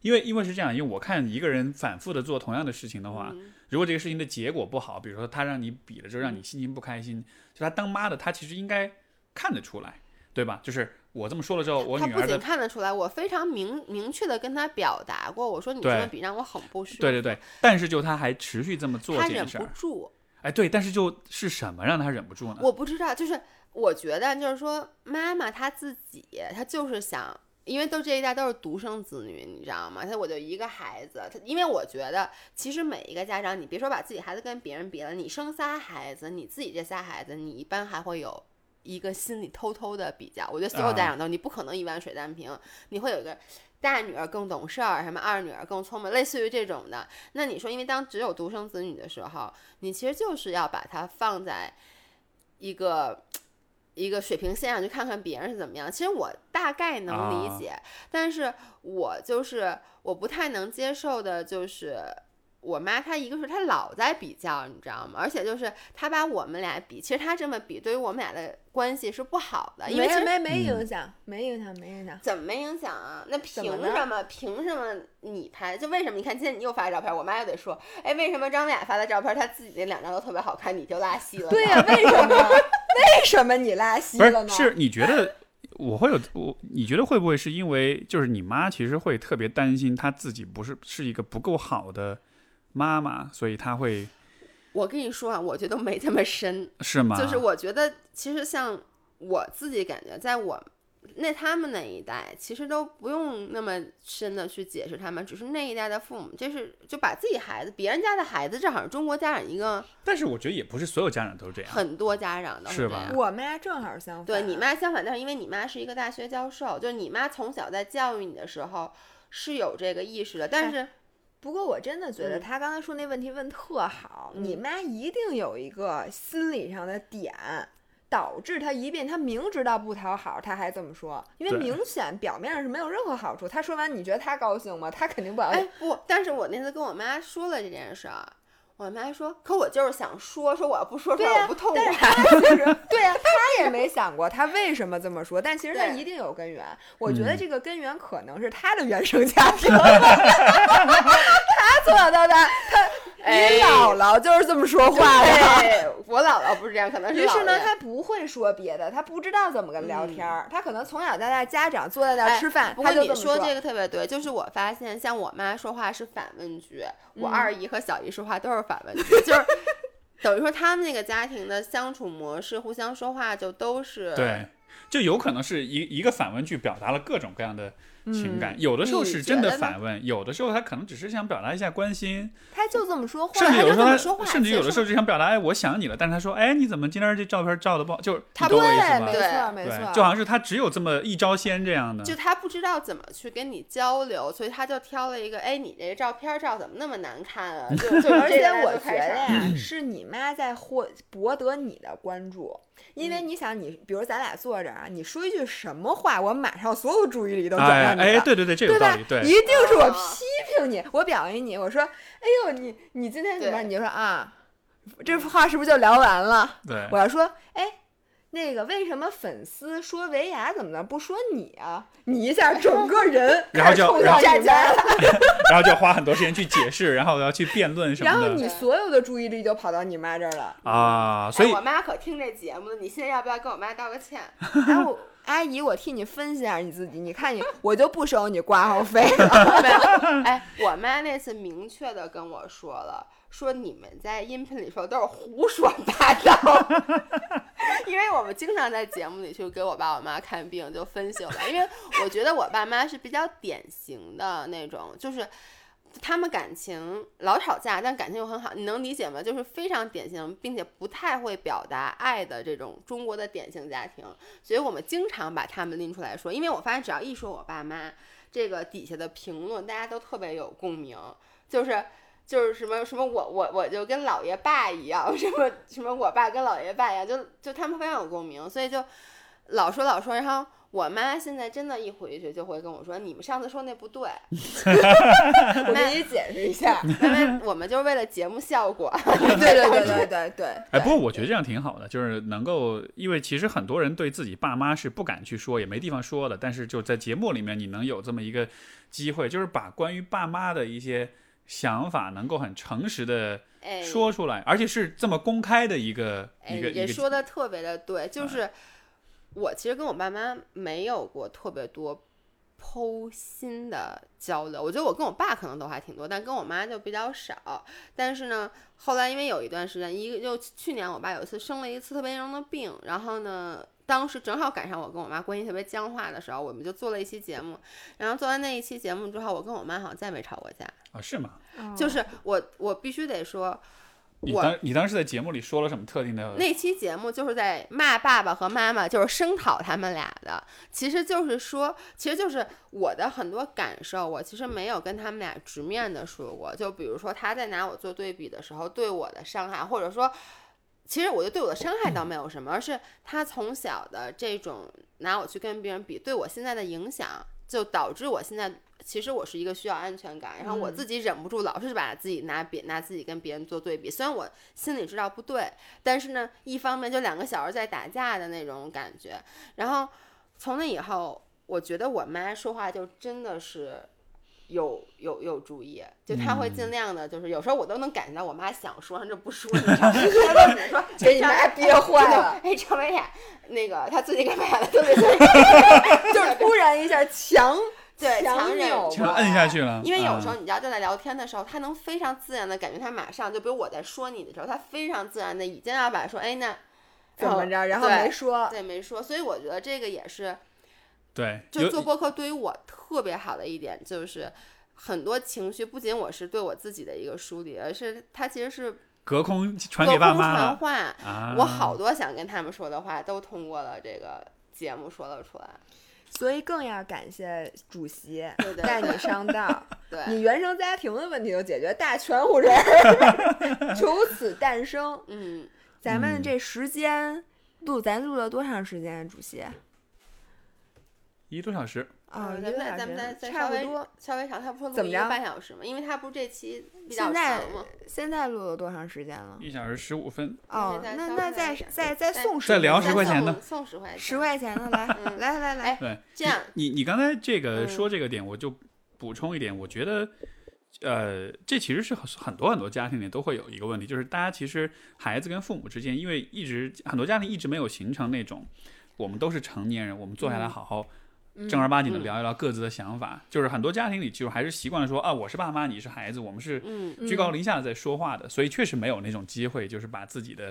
因为因为是这样，因为我看一个人反复的做同样的事情的话，
嗯
如果这个事情的结果不好，比如说他让你比了之后让你心情不开心，就他当妈的他其实应该看得出来，对吧？就是我这么说了之后，我
他
女
不
儿
仅
的
看得出来，我非常明明确的跟他表达过，我说你这
对
么比让我很不舒服，
对对对，但是就他还持续这么做
他
这
忍
件事
不
儿，
住，
哎，对，但是就是什么让他忍不住呢？
我不知道，就是我觉得就是说，妈妈她自己，她就是想，因为都这一代都是独生子女，你知道吗？她我就一个孩子，她因为我觉得其实每一个家长，你别说把自己孩子跟别人比了，你生仨孩子，你自己这仨孩子，你一般还会有。一个心里偷偷的比较，我觉得所有家
啊
长都，你不可能一碗水端平，你会有一个大女儿更懂事儿，什么二女儿更聪明，类似于这种的。那你说，因为当只有独生子女的时候，你其实就是要把它放在一个一个水平线上去看看别人是怎么样。其实我大概能理解，但是我就是我不太能接受的就是。我妈她一个是她老在比较，你知道吗？而且就是她把我们俩比，其实她这么比，对于我们俩的关系是不好的，因为
没
其实
没没影
嗯
响，没影响，没影响。
怎么没影响啊？那
怎
凭
么了
什么？凭什么你拍？就为什么？你看今天你又发照片，我妈又得说，哎，为什么张雅发的照片，她自己那两张都特别好看，你就拉稀了呢？
对呀、为什 么？为什么你拉稀
不
了
是，
呢？
是你觉得我会有我？你觉得会不会是因为就是你妈其实会特别担心她自己不是是一个不够好的妈妈，所以她会
我跟你说啊，我觉得没这么深，
是吗？
就是我觉得其实像我自己感觉，在我那他们那一代，其实都不用那么深的去解释他们，只是那一代的父母，这是就把自己孩子、别人家的孩子，这好像中国家长一个
但是我觉得也不是所有家长都是这样。
很多家长都
是
这
吧
样。
我妈正好相反，
对你妈相反，但是因为你妈是一个大学教授，就是你妈从小在教育你的时候是有这个意识的，但
哎
是
不过我真的觉得
嗯
他刚才说那问题问特好，
嗯
你妈一定有一个心理上的点。导致他一遍，他明知道不讨好，他还这么说，因为
对
明显表面上是没有任何好处。他说完，你觉得他高兴吗？他肯定不高
哎
兴。
不，但是我那次跟我妈说了这件事儿，我妈说，可我就是想说，说我要不说出
对
来、
呀
我不痛
但
快。
他其实对呀、他也没想过他为什么这么说，但其实他
对
一定有根源。我觉得
嗯
这个根源可能是他的原生家庭， 他从小到大，他你姥姥就是这么说话的。
哎对， 我姥姥不是这样，可能是
于是呢，
姥爷
他不会说别的，他不知道怎么跟聊天儿，他可能从小到大家长坐在那
哎
儿吃饭，
不过
他就
你
这么
说这
个，
个特别对，就是我发现，像我妈说话是反问句，我
嗯
二姨和小姨说话都是反问句，就是 等于说他们那个家庭的相处模式，互相说话就都是
对，就有可能是一一个反问句表达了各种各样的情感，有的时候
嗯你
是
觉
真的
得呢
反问，有的时候他可能只是想表达一下关心，
他就这么说话，
甚至
他
有
就
的时候
这么
他
说话
甚至
其实
有的时候就想表达哎我想你了，但是他说哎你怎么今天这照片照的不好，就是
他
你懂我意
对，
思
没
吗？
错没
对，
错，
就好像是他只有这么一招鲜这样的，
就他不知道怎么去跟你交流，所以他就挑了一个，哎，你这照片照怎么那么难看啊？就 就
而
这
且
样
我
就
觉
开
得
始
嗯
哎
呀、是你妈在获博得你的关注，因为你想你，比如咱俩坐着啊，你说一句什么话，我马上所有注意力都转到
哎
判你的。
哎，对对对，这有
对
道
吧
理，？对
一定是我
啊
批评你，我表扬你，我说，哎呦，你你今天怎么样？
对
你就说啊，这话是不是就聊完了？
对
我要说，哎，那个为什么粉丝说维亚怎么的不说你啊？你一下整个人
然
开
后
始
就
冲
然
向
后
你来了，
然后就花很多时间去解释，然后要去辩论什
然后
么的
你所有的注意力就跑到你妈这儿 了。
啊，所以
哎我妈可听这节目了，你现在要不要跟我妈道个歉？
然后阿姨，我替你分析一下你自己，你看你，我就不收你挂号 费了。
没有，哎，我妈那次明确的跟我说了，说你们在音频里说都是胡说八道， 因为我们经常在节目里去给我爸我妈看病，就分析我爸，因为我觉得我爸妈是比较典型的那种，就是。他们感情老吵架，但感情又很好，你能理解吗？就是非常典型，并且不太会表达爱的这种中国的典型家庭，所以我们经常把他们拎出来说，因为我发现只要一说我爸妈，这个底下的评论，大家都特别有共鸣，就是就是什么什么我我我就跟姥爷爸一样， 什么什么我爸跟姥爷爸一样，就就他们非常有共鸣，所以就老说老说，然后我妈现在真的一回去就会跟我说，你们上次说那不对，
我给你解释一下。
因为我们就是为了节目效果，
对对对对对对。
哎，不过我觉得这样挺好的，就是能够，因为其实很多人对自己爸妈是不敢去说，也没地方说的，但是就在节目里面，你能有这么一个机会，就是把关于爸妈的一些想法能够很诚实的
哎，
说出来，而且是这么公开的一个
哎，
一个啊
你这
一
说
个。
的特别的对，就是我其实跟我爸妈没有过特别多剖心的交流。我觉得我跟我爸可能都还挺多，但跟我妈就比较少。但是呢，后来因为有一段时间，一个就去年我爸有一次生了一次特别严重的病，然后呢。当时正好赶上我跟我妈关系特别僵化的时候，我们就做了一期节目。然后做完那一期节目之后，我跟我妈好像再没吵过架。
啊，是吗？
就是我，我必须得说，
你
我
当你当时在节目里说了什么特定的？
那期节目就是在骂爸爸和妈妈，就是声讨他们俩的。其实就是说，其实就是我的很多感受，我其实没有跟他们俩直面的说过。就比如说他在拿我做对比的时候，对我的伤害，或者说，其实我就对我的伤害倒没有什么，而是他从小的这种拿我去跟别人比，对我现在的影响，就导致我现在其实我是一个需要安全感，然后我
嗯
自己忍不住老是把自己拿别拿自己跟别人做对比，虽然我心里知道不对，但是呢，一方面就两个小孩在打架的那种感觉，然后从那以后，我觉得我妈说话就真的是。有有有注意，就她会尽量的，就是有时候我都能感觉到我妈想说，她就不说，你知道吗？她就只说
给你妈憋坏 了，
哎，张文雅，那个她最近干嘛了？特别想
就是突然一下强
对强
强
忍
扭
枪摁下去了，
因为有时候
啊
你知道，就在聊天的时候，他能非常自然的感觉，他马上就比如我在说你的时候，他非常自然的已经要把说，哎，那
怎么着，然后
对
没说，
对没说，所以我觉得这个也是，
对，
就
有
做播客对于我特别好的一点就是。很多情绪不仅我是对我自己的一个梳理，而是它其实是
隔空
隔
传给
空
爸妈
传
了
话。
啊！
我好多想跟他们说的话，都通过了这个节目说了出来。
所以更要感谢主席
对对
带
对
你上道，
对，
你原生家庭的问题就解决，大全乎人， 由此诞生。
嗯，
咱们
嗯
这时间录，咱录了多长时间啊？主席？
一个多小时，
啊，
嗯
一
哦
个小
咱们再咱们再
时，
再
差
稍
不
微
多。
稍微长，他不是
怎么
录一个
着
半小时吗？因为他不是这期比较
现在
长吗？
现在录了多长时间了？
一小时十五分，
哦，
再
那
稍微
那
再
再再再
再
送
再
10
聊
分
10块钱的
送送十块钱，
十块钱的来
嗯
来来来，
哎
对，
这样
你你刚才这个
嗯
说这个点，我就补充一点，我觉得，呃，这其实是很很多很多家庭里都会有一个问题，就是大家其实孩子跟父母之间，因为一直很多家庭一直没有形成那种，我们都是成年人，我们坐下来好好。正儿八经的
嗯
聊一聊各自的想法，就是很多家庭里就还是习惯说啊，我是爸妈，你是孩子，我们是
嗯，
居高临下的在说话的，所以确实没有那种机会，就是把自己的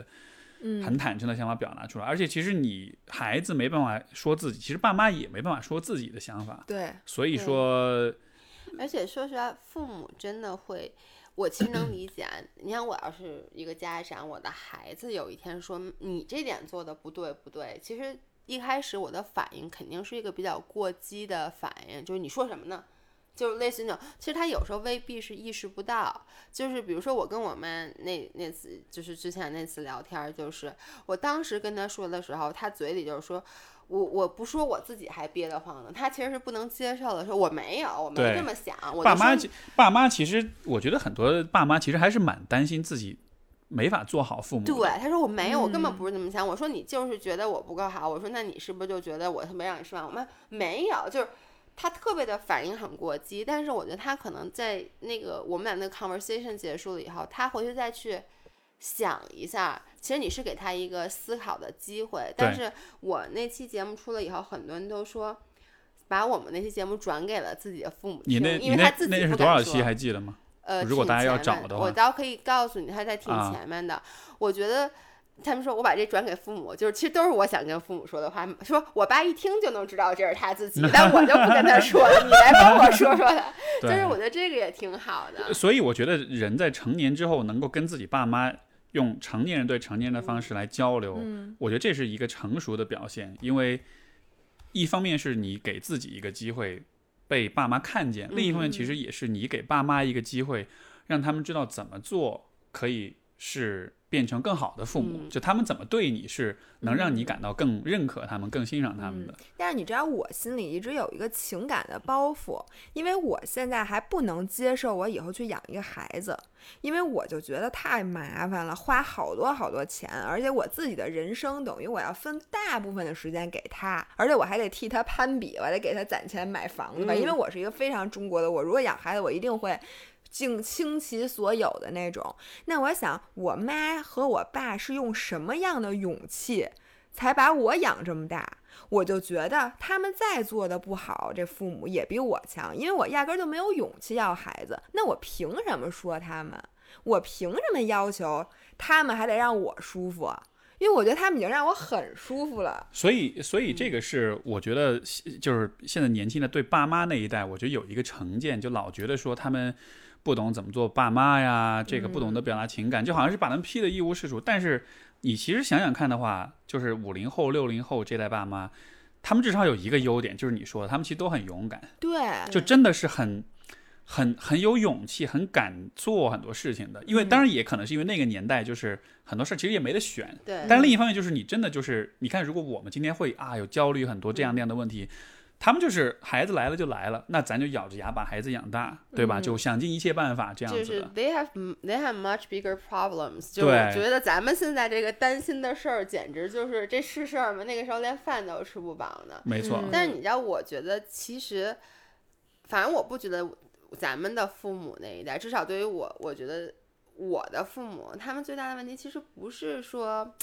很
嗯，
坦诚的想法表达出来。而且其实你孩子没办法说自己，其实爸妈也没办法说自己的想法，
对，
所以
对
说，
而且说实话，父母真的会，我其实能理解啊。你像我要是一个家长，我的孩子有一天说嗯你这点做的不对不对，其实一开始我的反应肯定是一个比较过激的反应，就是你说什么呢？就是类似于那种，其实他有时候未必是意识不到。就是比如说我跟我妈那那次，就是之前那次聊天儿，就是我当时跟她说的时候，她嘴里就是说。我我不说我自己还憋得慌呢，她其实是不能接受的，说我没有，我没
对
这么想，我
爸
就说
妈
你
其，爸妈其实，我觉得很多爸妈其实还是蛮担心自己没法做好父母的。
对，他说我没有，我根本
嗯
不是这么想。我说你就是觉得我不够好。我说那你是不是就觉得我没让你失望？我妈没有，就是他特别的反应很过激。但是我觉得他可能在那个我们俩那个 conversation 结束了以后，他回去再去想一下。其实你是给他一个思考的机会。但
对
是我那期节目出了以后，很多人都说。把我们那期节目转给了自己的父母
你
听
那，
因
你
为他
那
自己
那是
不
多
敢
少
说
期还记得吗？
呃，
如果
挺
大家要
前
找
面
的
我
话
倒可以告诉你，它在挺
啊
前面的。我觉得他们说我把这转给父母，就是其实都是我想跟父母说的话。说我爸一听就能知道这是他自己，但我就不 跟他说了，你来帮我说说他。就是
对呃
我觉得这个也挺好的。
所以我觉得人在成年之后能够跟自己爸妈用成年人对成年人的方式来交流，
嗯
我觉得这是一个成熟的表现。因为一方面是你给自己一个机会被爸妈看见，另一方面其实也是你给爸妈一个机会，让他们知道怎么做可以是变成更好的父母，
嗯
就他们怎么对你是能让你感到更认可他们、更欣赏他们的。
但是你知道，我心里一直有一个情感的包袱，因为我现在还不能接受我以后去养一个孩子，因为我就觉得太麻烦了，花好多好多钱，而且我自己的人生等于我要分大部分的时间给他，而且我还得替他攀比，我还得给他攒钱买房子吧，因为
嗯
我是一个非常中国的，我如果养孩子，我一定会。尽倾其所有的那种，那我想，我妈和我爸是用什么样的勇气，才把我养这么大？我就觉得他们再做的不好，这父母也比我强，因为我压根儿就没有勇气要孩子，那我凭什么说他们？我凭什么要求他们还得让我舒服？因为我觉得他们已经让我很舒服了。
所以，所以这个是我觉得，就是现在年轻的对爸妈那一代，我觉得有一个成见，就老觉得说他们不懂怎么做爸妈呀，这个不懂得表达情感，就好像是把他们批的一无是处。但是你其实想想看的话，就是五零后、六零后这代爸妈，他们至少有一个优点，就是你说的，他们其实都很勇敢，
对，
就真的是很。很很有勇气，很敢做很多事情的，因为当然也可能是因为那个年代，就是很多事儿其实也没得选，
对，
但是另一方面就是你真的就是，你看，如果我们今天会啊有焦虑很多这样那样的问题，他们就是孩子来了就来了，那咱就咬着牙把孩子养大，对吧？
嗯
就想尽一切办法这样
就
子
是
的。
they have they have much bigger problems。就是我
对
觉得咱们现在这个担心的事儿，简直就是这是事儿吗？那个时候连饭都吃不饱呢。
没错，
嗯
但是你知道，我觉得其实，反正我不觉得咱们的父母那一代，至少对于我，我觉得我的父母他们最大的问题其实不是说。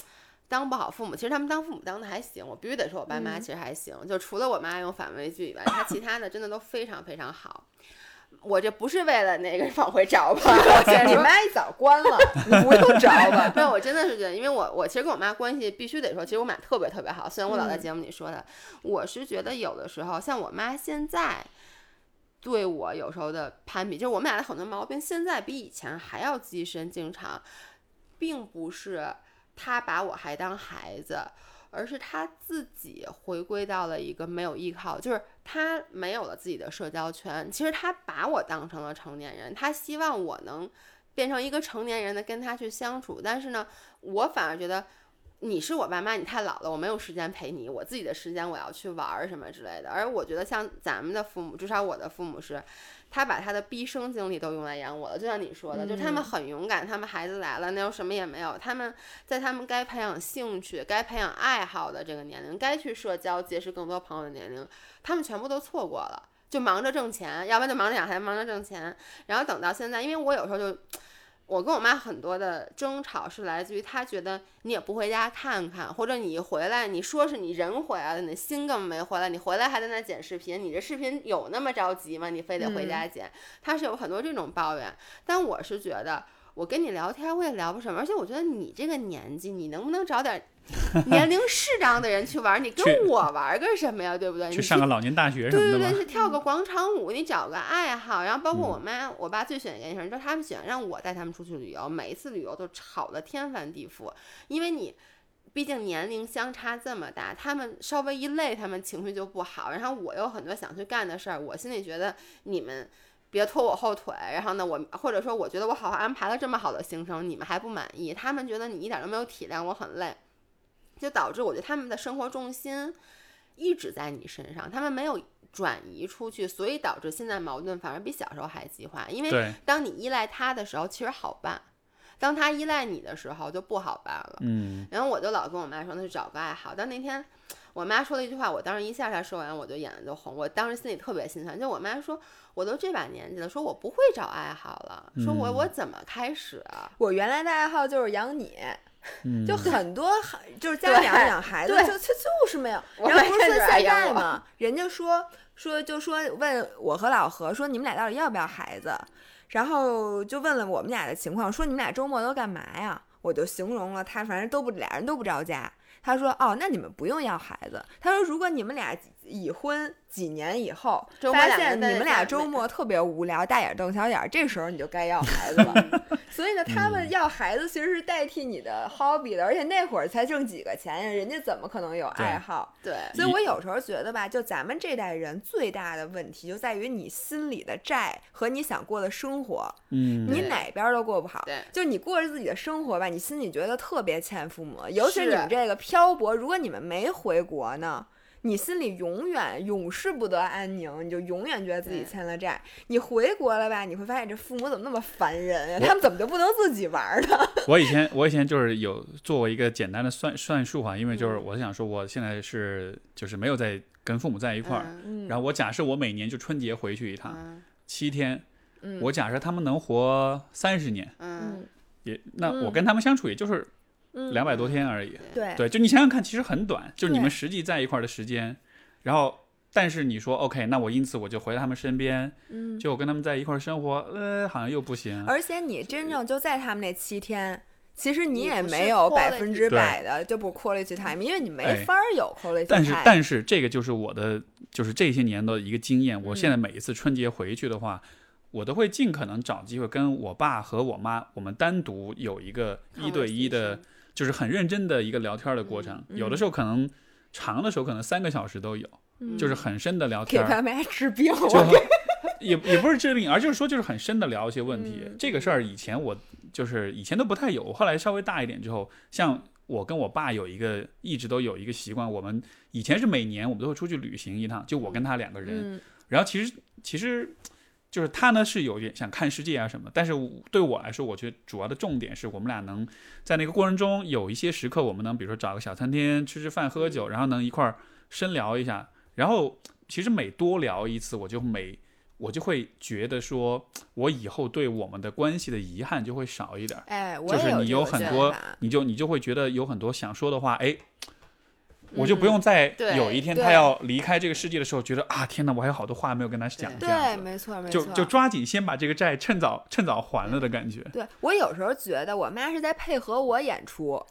当不好父母，其实他们当父母当的还行，我必须得说，我爸妈
嗯
其实还行，就除了我妈用反胃句以外，他其他的真的都非常非常好。我这不是为了那个往回找吧，我 先
你
说
妈一早关了，你不用找吧。
没有，我真的是觉得，因为我我其实跟我妈关系必须得说，其实我们俩特别特别好。虽然我老在
嗯
节目里说的，我是觉得有的时候像我妈现在对我有时候的攀比，就是我们俩的很多毛病现在比以前还要激深，经常并不是她把我还当孩子。而是她自己回归到了一个没有依靠，就是她没有了自己的社交圈。其实她把我当成了成年人，她希望我能变成一个成年人的跟他去相处。但是呢，我反而觉得你是我爸妈，你太老了，我没有时间陪你，我自己的时间我要去玩儿什么之类的。而我觉得像咱们的父母，至少我的父母是，他把他的毕生精力都用来养我了。就像你说的，就他们
嗯
很勇敢，他们孩子来了，那又什么也没有，他们在他们该培养兴趣、该培养爱好的这个年龄，该去社交、结识更多朋友的年龄，他们全部都错过了。就忙着挣钱，要不然就忙着养孩子，忙着挣钱，然后等到现在，因为我有时候就，我跟我妈很多的争吵是来自于她觉得你也不回家看看，或者你一回来，你说是你人回来了，你心根本没回来，你回来还在那剪视频，你这视频有那么着急吗？你非得回家
嗯
剪？她是有很多这种抱怨，但我是觉得。我跟你聊天，我也聊不什么，而且我觉得你这个年纪，你能不能找点 年龄适当的人去玩？你
去
跟我玩个什么呀？对不对？你
去上个老年大学什么
对
的
对
嘛
对，。是跳个广场舞，你找个爱好，然后包括
嗯
我妈、我爸最喜欢一件事，你知道他们喜欢让我带他们出去旅游，每一次旅游都吵得天翻地覆，因为你。毕竟年龄相差这么大，他们稍微一累，他们情绪就不好。然后我有很多想去干的事儿，我心里觉得你们别拖我后腿。然后呢，我或者说我觉得我好好安排了这么好的行程，你们还不满意，他们觉得你一点都没有体谅我，很累，就导致我觉得他们的生活重心一直在你身上，他们没有转移出去，所以导致现在矛盾反而比小时候还激化。因为
对，
当你依赖他的时候，其实好办；当他依赖你的时候，就不好办了。
嗯，
然后我就老跟我妈说，那去找个爱好。但那天我妈说了一句话，我当时一下她说完，我就眼睛就红。我当时心里特别心酸，就我妈说，我都这把年纪了，说我不会找爱好了，说
嗯
我我怎么开始啊？
我原来的爱好就是养你，
嗯
就很多就是家长养孩子
对
就就就是没有，
我
然后不
没
是
看
说
出来
现
养
在
我
嘛，人家说说就说问我和老何说你们俩到底要不要孩子，然后就问了我们俩的情况，说你们俩周末都干嘛呀？我就形容了他，反正都不俩人都不着家。他说：“哦，那你们不用要孩子。”他说：“如果你们俩已婚几年以后，
周末
发
两个
现
人
你
在
们
家
俩
没
周末特别无聊，大眼瞪小眼儿，这时候你就该要孩 子了。”所以呢，他们要孩子其实是代替你的 hobby 的，而且那会儿才挣几个钱呀，人家怎么可能有爱好？
对，
所以我有时候觉得吧，就咱们这代人最大的问题就在于你心里的债和你想过的生活，你
嗯
对
哪边儿都过不好
对。
就你过着自己的生活吧，你心里觉得特别欠父母，尤其是
是
你们这个漂泊，如果你们没回国呢？你心里永远永世不得安宁，你就永远觉得自己
对
欠了债。你回国了吧，你会发现这父母怎么那么烦人啊呀？他们怎么就不能自己玩儿呢？
我以前我以前就是有做过一个简单的算算术哈，因为
嗯
就是我想说我现在是就是没有在跟父母在一块儿，
嗯
然后我假设我每年就春节回去一趟，
嗯
七天，
嗯
我假设他们能活三十年，
嗯，
也那
嗯
我跟他们相处也就是
嗯
两百多天而已。
对
对，就你想想看，其实很短，就是你
对
们实际在一块儿的时间，然后。但是你说 OK，那我因此我就回到他们身边，
嗯，
就跟他们在一块儿生活，呃，好像又不行。
而且你真正就在他们那七天，其实你
你
也
不是
没有
quality
百分之百的就不 quality time，因为你没
哎
法儿有 quality time。
但是，但是这个就是我的，就是这些年的一个经验。我现在
嗯
每一次春节回去的话，我都会尽可能找机会跟我爸和我妈，我们单独有一个
嗯
一对一的，就是很认真的一个聊天的过程。
嗯
有的时候可能长的时候可能三个小时都有，
嗯
就是很深的聊
给
天儿，
他们还治病， 啊
就很 也也不是治病，而就是说就是很深的聊一些问题。
嗯
这个事儿以前我就是以前都不太有，我后来稍微大一点之后，像我跟我爸有一个一直都有一个习惯，我们以前是每年我们都会出去旅行一趟，就我跟他两个人。
嗯
然后其实其实就是他呢是有点想看世界啊什么，但是我对我来说，我觉得主要的重点是我们俩能在那个过程中有一些时刻，我们能比如说找个小餐厅吃吃饭、喝酒，然后能一块儿深聊一下。然后其实每多聊一次，我就每我就会觉得说，我以后对我们的关系的遗憾就会少一点儿。
哎，我
就
也
是
有
你
这
有
个
很
想
多
法，
你就你就会觉得有很多想说的话，哎，我就
嗯
不用再
对
有一天
对
他要离开这个世界的时候，觉得啊，天哪，我还有好多话没有跟他讲，这
对，
样子，
没错，没错
就，就抓紧先把这个债趁早趁早还了的感觉。
对我有时候觉得我妈是在配合我演 出，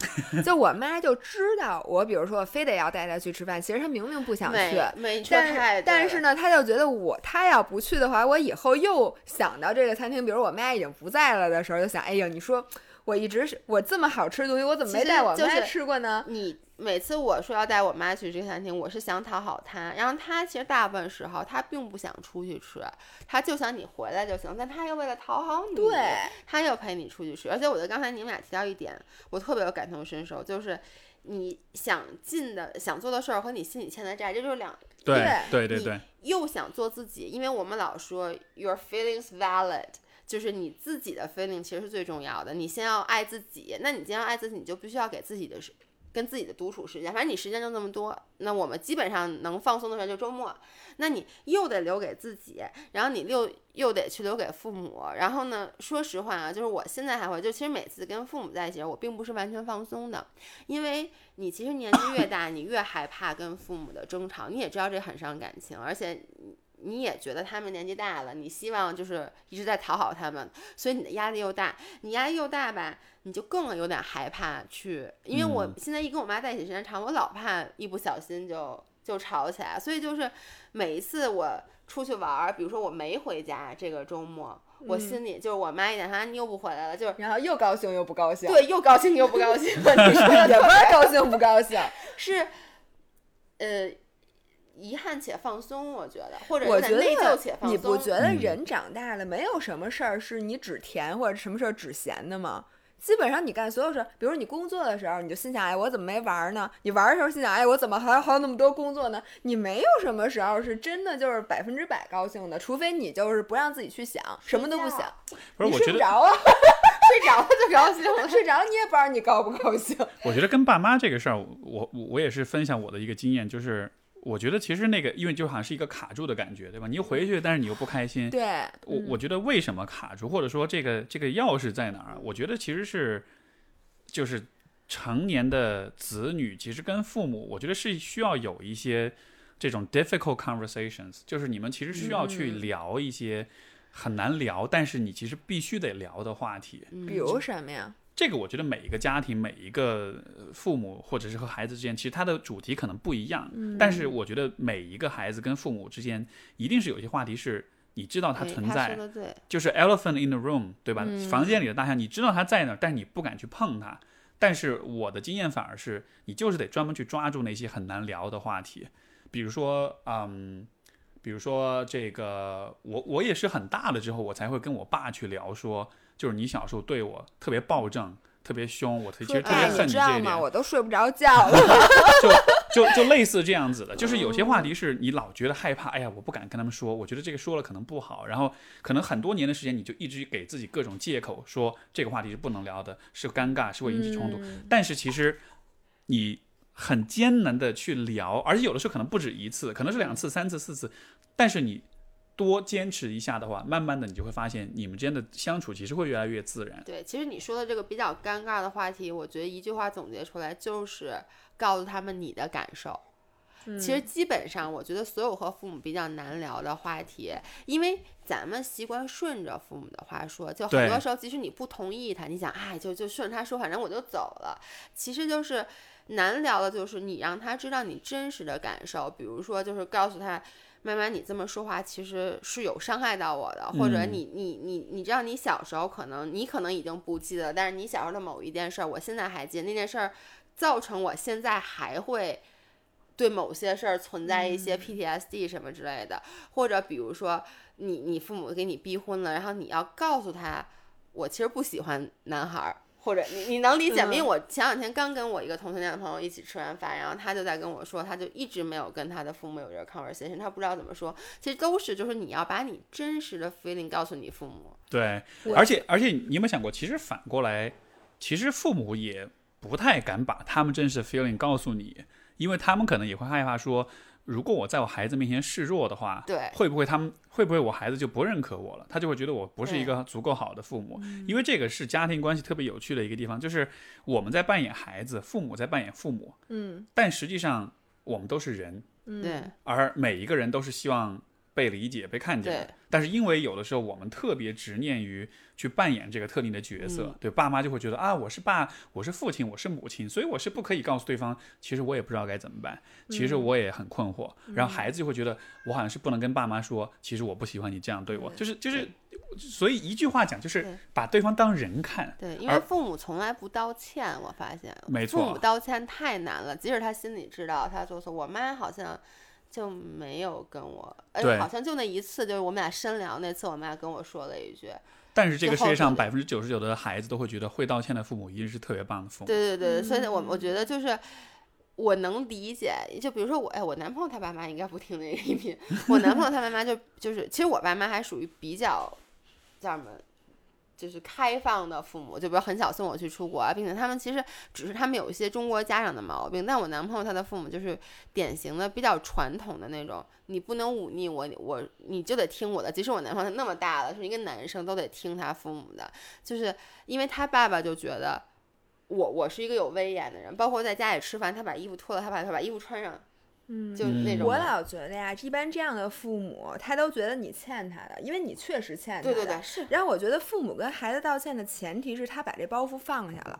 就我妈就知道我，比如说我非得要带她去吃饭，其实她明明不想去，
没没说
但
太
是
对
但是
了
呢，她就觉得我她要不去的话，我以后又想到这个餐厅，比如我妈已经不在了的时候，就想，哎呀，你说我一直是我这么好吃的东西，我怎么
其
没
实
带我
就
妈
是
吃过呢？
你每次我说要带我妈去这个餐厅，我是想讨好她，然后她其实大部分时候她并不想出去吃，她就想你回来就行，但她又为了讨好你，
对，
她又陪你出去吃。而且我觉得刚才你们俩提到一点，我特别有感同身受，就是你想尽的、想做的事儿和你心里欠的债，这就是两
对
你又想做自己，因为我们老说 your feelings valid，就是你自己的 feeling 其实是最重要的。你先要爱自己，那你既然爱自己，你就必须要给自己的时跟自己的独处时间，反正你时间就那么多，那我们基本上能放松的时间就周末，那你又得留给自己，然后你又又得去留给父母，然后呢，说实话啊，就是我现在还会，就其实每次跟父母在一起，我并不是完全放松的，因为你其实年纪越大，你越害怕跟父母的争吵，你也知道这很伤感情，而且你你也觉得他们年纪大了，你希望就是一直在讨好他们，所以你的压力又大，你压力又大吧，你就更有点害怕去，因为我
嗯
现在一跟我妈在一起时间长，我老怕一不小心就就吵起来，所以就是每一次我出去玩儿，比如说我没回家这个周末，
嗯
我心里就是我妈一点，啊，你又不回来 了，就是
然后又高兴又不高兴，，
对，又高兴又不高兴。你说 的
也不 是高兴不高兴，
是，呃，遗憾且放松，我觉得，或者
我
是
觉
内疚
得
且放松。
你不觉得
嗯
人长大了，没有什么事儿是你只甜或者什么事儿只咸的吗？基本上你干所有事儿，比如你工作的时候，你就心想，哎，我怎么没玩儿呢？你玩儿的时候心想，哎，我怎么还还有那么多工作呢？你没有什么时候是真的就是百分之百高兴的，除非你就是不让自己去想，什么都不
睡觉
想，
不是，
你
我
睡
觉
不
得
着啊，
睡着了就高兴了？
睡着你也不知道你高不高兴。
我觉得跟爸妈这个事儿，我我我也是分享我的一个经验，就是我觉得其实那个，因为就好像是一个卡住的感觉，对吧？你又回去，但是你又不开心。
对，
我
嗯
我觉得为什么卡住，或者说这个这个钥匙在哪儿？啊我觉得其实是就是成年的子女，其实跟父母，我觉得是需要有一些这种 difficult conversations，就是你们其实需要去
嗯
聊一些很难聊，但是你其实必须得聊的话题。
嗯
比如什么呀？
这个我觉得每一个家庭、每一个呃父母或者是和孩子之间，其实他的主题可能不一样，
嗯
但是我觉得每一个孩子跟父母之间，一定是有些话题是你知道它
对
存
他
在
哎说，的对，
就是 elephant in the room，对吧？
嗯
房间里的大象，你知道它在那儿，但是你不敢去碰它。但是我的经验反而是，你就是得专门去抓住那些很难聊的话题，比如说，嗯，比如说这个，我我也是很大了之后，我才会跟我爸去聊说，就是你小时候对我特别暴政，特别凶，我特其实特别
哎，
恨
你知
这一
道
点。嗯
吗？我都睡不着觉了。
就就就类似这样子的，就是有些话题是你老觉得害怕，哎呀，我不敢跟他们说，我觉得这个说了可能不好，然后可能很多年的时间你就一直给自己各种借口，说这个话题是不能聊的，是尴尬，是会引起
嗯
冲突。但是其实你很艰难的去聊，而且有的时候可能不止一次，可能是两次、三次、四次，但是你。多坚持一下的话，慢慢的你就会发现，你们之间的相处其实会越来越自然。
对，其实你说的这个比较尴尬的话题，我觉得一句话总结出来就是告诉他们你的感受。其实基本上，我觉得所有和父母比较难聊的话题，因为咱们习惯顺着父母的话说，就很
对
多时候即使你不同意他，你想哎就就顺着他说，反正我就走了。其实就是难聊的，就是你让他知道你真实的感受，比如说就是告诉他。妈妈，你这么说话其实是有伤害到我的，或者
嗯
你你你你知道，你小时候可能你可能已经不记得，但是你小时候的某一件事儿，我现在还记得那件事儿，造成我现在还会对某些事儿存在一些 PTSD 什么之类的，或者比如说你你父母给你逼婚了，然后你要告诉他，我其实不喜欢男孩儿。或者你你能理解吗？
嗯
因为我前两天刚跟我一个同性恋的朋友一起吃完饭，然后他就在跟我说，他就一直没有跟他的父母有这个 conversation，他不知道怎么说。其实都是就是你要把你真实的 feeling 告诉你父母，
对
我，
而且而且你有没有想过，其实反过来，其实父母也不太敢把他们真实的 feeling 告诉你，因为他们可能也会害怕说，如果我在我孩子面前示弱的话，
对
会不会他们会不会我孩子就不认可我了？他就会觉得我不是一个足够好的父母，因为这个是家庭关系特别有趣的一个地方，就是我们在扮演孩子，父母在扮演父母，
嗯
但实际上我们都是人，
嗯，
对，
而每一个人都是希望被理解、被看见的
对。
但是因为有的时候我们特别执念于去扮演这个特定的角色，对爸妈就会觉得啊，我是爸，我是父亲，我是母亲，所以我是不可以告诉对方，其实我也不知道该怎么办，其实我也很困惑。然后孩子就会觉得我好像是不能跟爸妈说，其实我不喜欢你这样对我，就是就是，所以一句话讲，就是
对
把对方当人看。
对，因为
而
父母从来不道歉，我发现，
没
父母
错
道歉太难了，即使他心里知道，他就说，我妈好像就没有跟我，哎，
对
好像就那一次，就是我们俩深聊那次，我妈跟我说了一句，
但是这个世界上
最
百分之九十九的孩子都会觉得会道歉的父母一定是特别棒的父母。
对对对，所以我我觉得就是。我能理解，就比如说我，哎，我男朋友他爸妈应该不听这个音频。我男朋友他爸妈就就是，其实我爸妈还属于比较叫什么，就是开放的父母，就比如很小送我去出国啊，并且他们其实只是他们有一些中国家长的毛病，但我男朋友他的父母就是典型的比较传统的那种，你不能忤逆我，我你就得听我的。即使我男朋友他那么大了，是一个男生，都得听他父母的，就是因为他爸爸就觉得。我我是一个有威严的人，包括在家里吃饭，他把衣服脱了，他把他把衣服穿上，
嗯
就那
嗯
种。
我老觉得呀，一般这样的父母，他都觉得你欠他的，因为你确实欠他
对
的。
对对，是
然后我觉得父母跟孩子道歉的前提是他把这包袱放下了。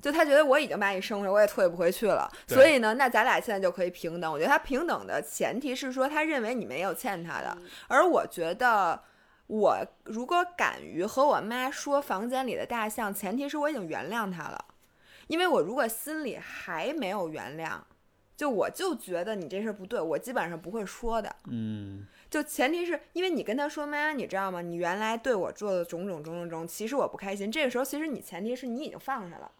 就他觉得我已经把你生出来，我也退不回去了，
对
所以呢，那咱俩现在就可以平等。我觉得他平等的前提是说，他认为你没有欠他的，而我觉得我如果敢于和我妈说房间里的大象，前提是我已经原谅他了，因为我如果心里还没有原谅，就我就觉得你这事儿不对，我基本上不会说的。
嗯，
就前提是因为你跟他说妈，你知道吗？你原来对我做的种种种种种，其实我不开心。这个时候，其实你前提是你已经放下了。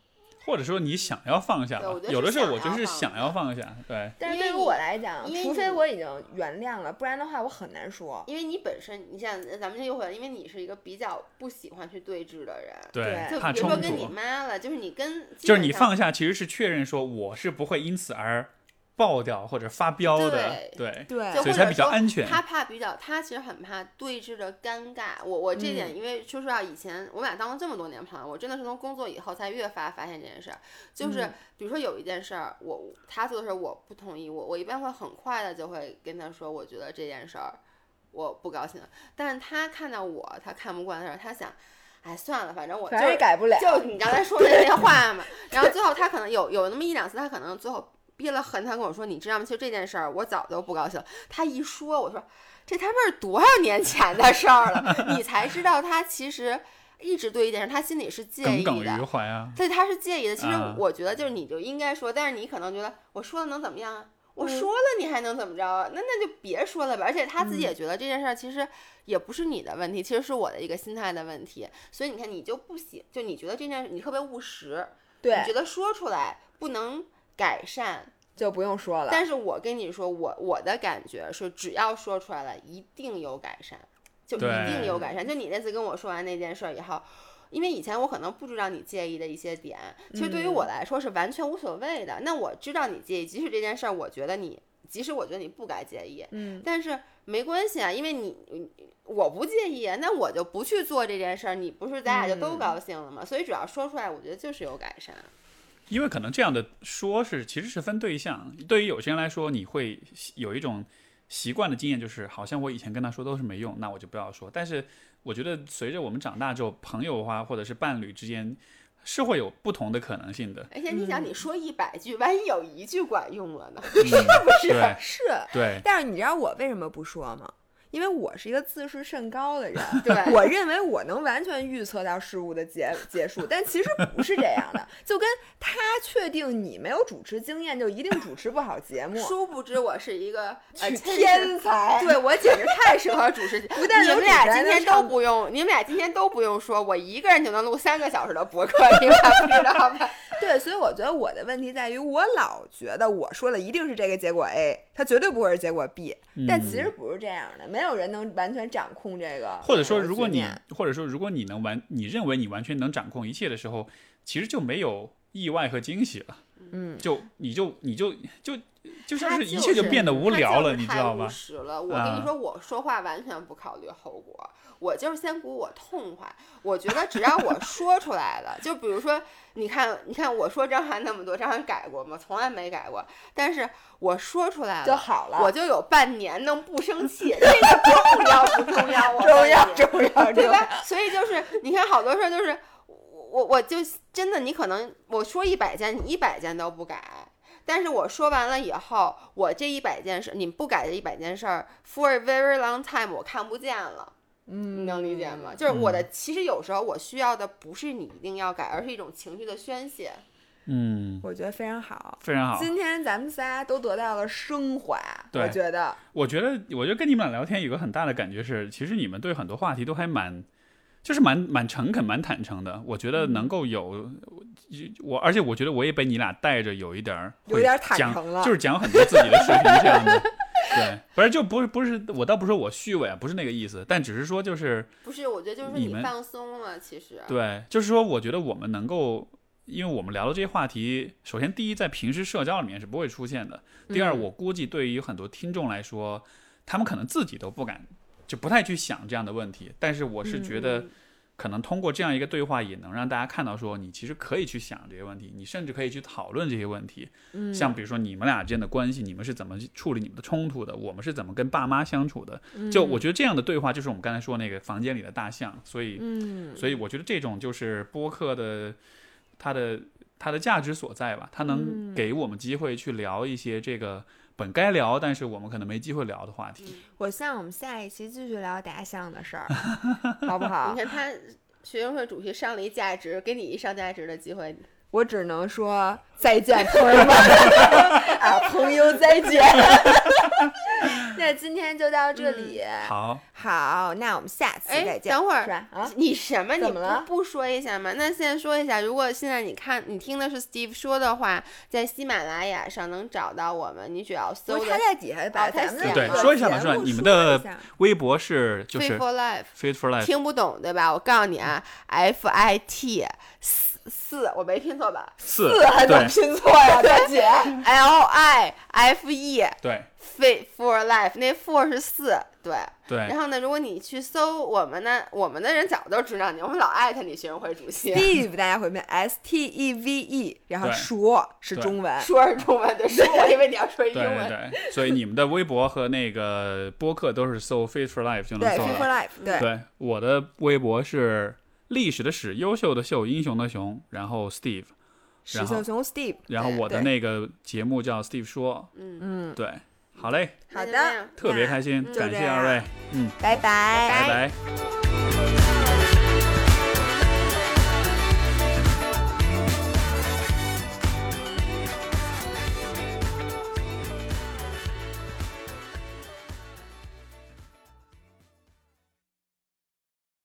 或者说你想要放下
对
吧
我觉，得
有的
是
时候
想
我就
要
是
放
想
下
要放下，对，
但是
因
对
为
于
你
我来讲，
因为
除非
你
我已经原谅了，不然的话我很难说。
因为你本身，你像咱们这又回来，因为你是一个比较不喜欢去对峙的人，
对
就
怕
别
冲
说跟你
突，
妈了，就是你跟基
就是
本
你
上
放下其实是确认说我是不会因此而爆掉或者发飙的
对，
对，
对
就
所
或
以才
者
比较
说
安全。
他怕比较，他其实很怕对峙的尴尬。我我这
嗯
点，因为说实话，以前我们俩当了这么多年朋友，我真的是从工作以后才越发发现这件事儿。就是
嗯
比如说有一件事儿，我他做的事儿我不同意，我我一般会很快的就会跟他说，我觉得这件事儿我不高兴。但是他看到我，他看不惯的时候，他想，哎，算了，反正我就
反正也
是
改不了。
就你刚才说的那些话嘛。然后最后他可能有有那么一两次，他可能最后憋了恨，他跟我说：“你知道吗？其实这件事儿我早就不高兴。”他一说，我说：“这他妈是多少年前的事儿了？”你才知道他其实一直对一件事，他心里是介
耿
意
耿于
的。
怀啊，
对，他是介意的。其实
啊
我觉得就是你就应该说，但是你可能觉得我说了能怎么样啊？我
嗯
说了你还能怎么着啊？那那就别说了吧。而且他自己
嗯
也觉得这件事儿其实也不是你的问题，其实是我的一个心态的问题。所以你看，你就不喜，就你觉得这件事你特别务实，
对
你觉得说出来不能改善。
就不用说了。
但是我跟你说，我我的感觉是，只要说出来了，一定有改善，就一
对
定有改善。就你那次跟我说完那件事儿以后。因为以前我可能不知道你介意的一些点，其实对于
嗯
我来说是完全无所谓的。那我知道你介意，即使这件事儿，我觉得你，即使我觉得你不该介意，
嗯，
但是没关系啊，因为你你我不介意啊，那我就不去做这件事儿，你不是咱俩就都
嗯
高兴了吗？所以只要说出来，我觉得就是有改善。
因为可能这样的说是其实是分对象，对于有些人来说，你会有一种习惯的经验，就是好像我以前跟他说都是没用，那我就不要说。但是我觉得随着我们长大之后，朋友啊或者是伴侣之间是会有不同的可能性的。
而且你想，
嗯
你说一百句，万一有一句管用了呢？
嗯、
是
对
是。
对，
但是你知道我为什么不说吗？因为我是一个自视甚高的人，
对，
我认为我能完全预测到事物的结结束，但其实不是这样的。就跟他确定你没有主持经验，就一定主持不好节 目，
殊不知我是一个呃
取
真是
天才。
对我简直太适合主持。
不但
你
有
们
主
俩
持
今
还能
天都
唱
不用，你们俩今天都不用说，我一个人就能录三个小时的博客， 你们俩不知道吧？
对，所以我觉得我的问题在于，我老觉得我说的一定是这个结果 A，它绝对不会是结果 B，但其实不是这样的，没有人能完全掌控这个。
嗯或者说，如果你或者说如果你能完，你认为你完全能掌控一切的时候，其实就没有意外和惊喜了。
嗯，
就你就你就就就像
他
是一
就
切就是变得无
他
聊
就
了，
是
你知
太
道
务
吗？
实了，我跟你
啊
说，我说话完全不考虑后果，我就是先鼓我痛快。我觉得只要我说出来了，就比如说，你看，你看我说张翰那么多，张翰改过吗？从来没改过。但是我说出来
就
了，
好了。
我就有半年能不生气，这个重要不重 要？我
重
问
要
你
重要重
对
要。
吧？所以就是你看，好多事儿就是我我我就真的，你可能我说一百件，你一百件都不改。但是我说完了以后，我这一百件事，你不改的一百件事儿，for a very long time，我看不见了，你
嗯，
能理解吗？？就是我的，
嗯
其实有时候我需要的不是你一定要改，而是一种情绪的宣泄。
嗯，
我觉得非常好。
非常好。
今天咱们仨都得到了升华，
对
我觉得
我觉得，我觉得跟你们俩聊天有个很大的感觉是，其实你们对很多话题都还蛮，就是蛮蛮诚恳、蛮坦诚的。我觉
嗯
得能够有我，而且我觉得我也被你俩带着有一点儿
有
会
点坦
讲
诚了
就是讲很多自己的事情这样的。 对，不是就不是不是，我倒不是说我虚伪啊，不是那个意思，但只是说就是
不是，我觉得就是说
你
你
们
放松了，其实
对，就是说，我觉得我们能够，因为我们聊的这些话题，首先第一，在平时社交里面是不会出现的；第二，我估计对于很多听众来说，他们可能自己都不敢，就不太去想这样的问题。但是我是觉
嗯
得，
嗯
可能通过这样一个对话，也能让大家看到说，你其实可以去想这些问题，你甚至可以去讨论这些问题。嗯，像比如说你们俩之间的关系，你们是怎么去处理你们的冲突的？我们是怎么跟爸妈相处的？就我觉得这样的对话，就是我们刚才说那个房间里的大象。所以，嗯，所以我觉得这种就是播客的它的它的价值所在吧，它能给我们机会去聊一些这个。本该聊，但是我们可能没机会聊的话题。
我希望我们下一期继续聊达相的事 儿，好不好
你？看他学生会主席上了一价值，给你一上价值的机会，
我只能说再见，朋 友们啊，朋友再见。那今天就到这里，
好，
嗯好，那我们下次
哎
再见。
等会儿
是吧？啊，
你什么？你
怎么了
不不说一下吗？那现在说一下，如果现在你看你听的是 Steve 说的话，在喜马拉雅上能找到我们，你只要
不
搜
是
的
他在底下把
哦他
咱们
写
的
对
这个
说
一下吧
节
说一下
目
你们
说
的
一下
微博是就
Fit
是哎
for Life。
Fit for Life，
听不懂对吧？我告诉你啊，F
嗯
I T 四四，我没拼错吧
四
还能
对
拼错呀，大姐？
？L I F E
对
Fit for Life，那 for 是四，对。
对
然后呢，如果你去搜我们呢，我们的人早就知道你，我们老艾特你学生会主席，
Steve，大家回遍 S T E V E，然后
对
说是
对
中文，
说是中文就说，我以为你要说
对
英
对
文。
对，所以你们的微博和那个播客都是搜 Fit for Life 就
对
能搜
f i for
到。
Life，对
对，我的微博是历史的史，优秀的秀，英雄的雄，然后 Steve，
史
然后
秀雄 Steve，
然后
对
我的
对
那个节目叫 Steve 说，
嗯，
嗯，
对，好嘞，
好
那就这
的
样，
特别开心，
就
感
这
谢二
样
位，嗯，
拜拜
拜拜。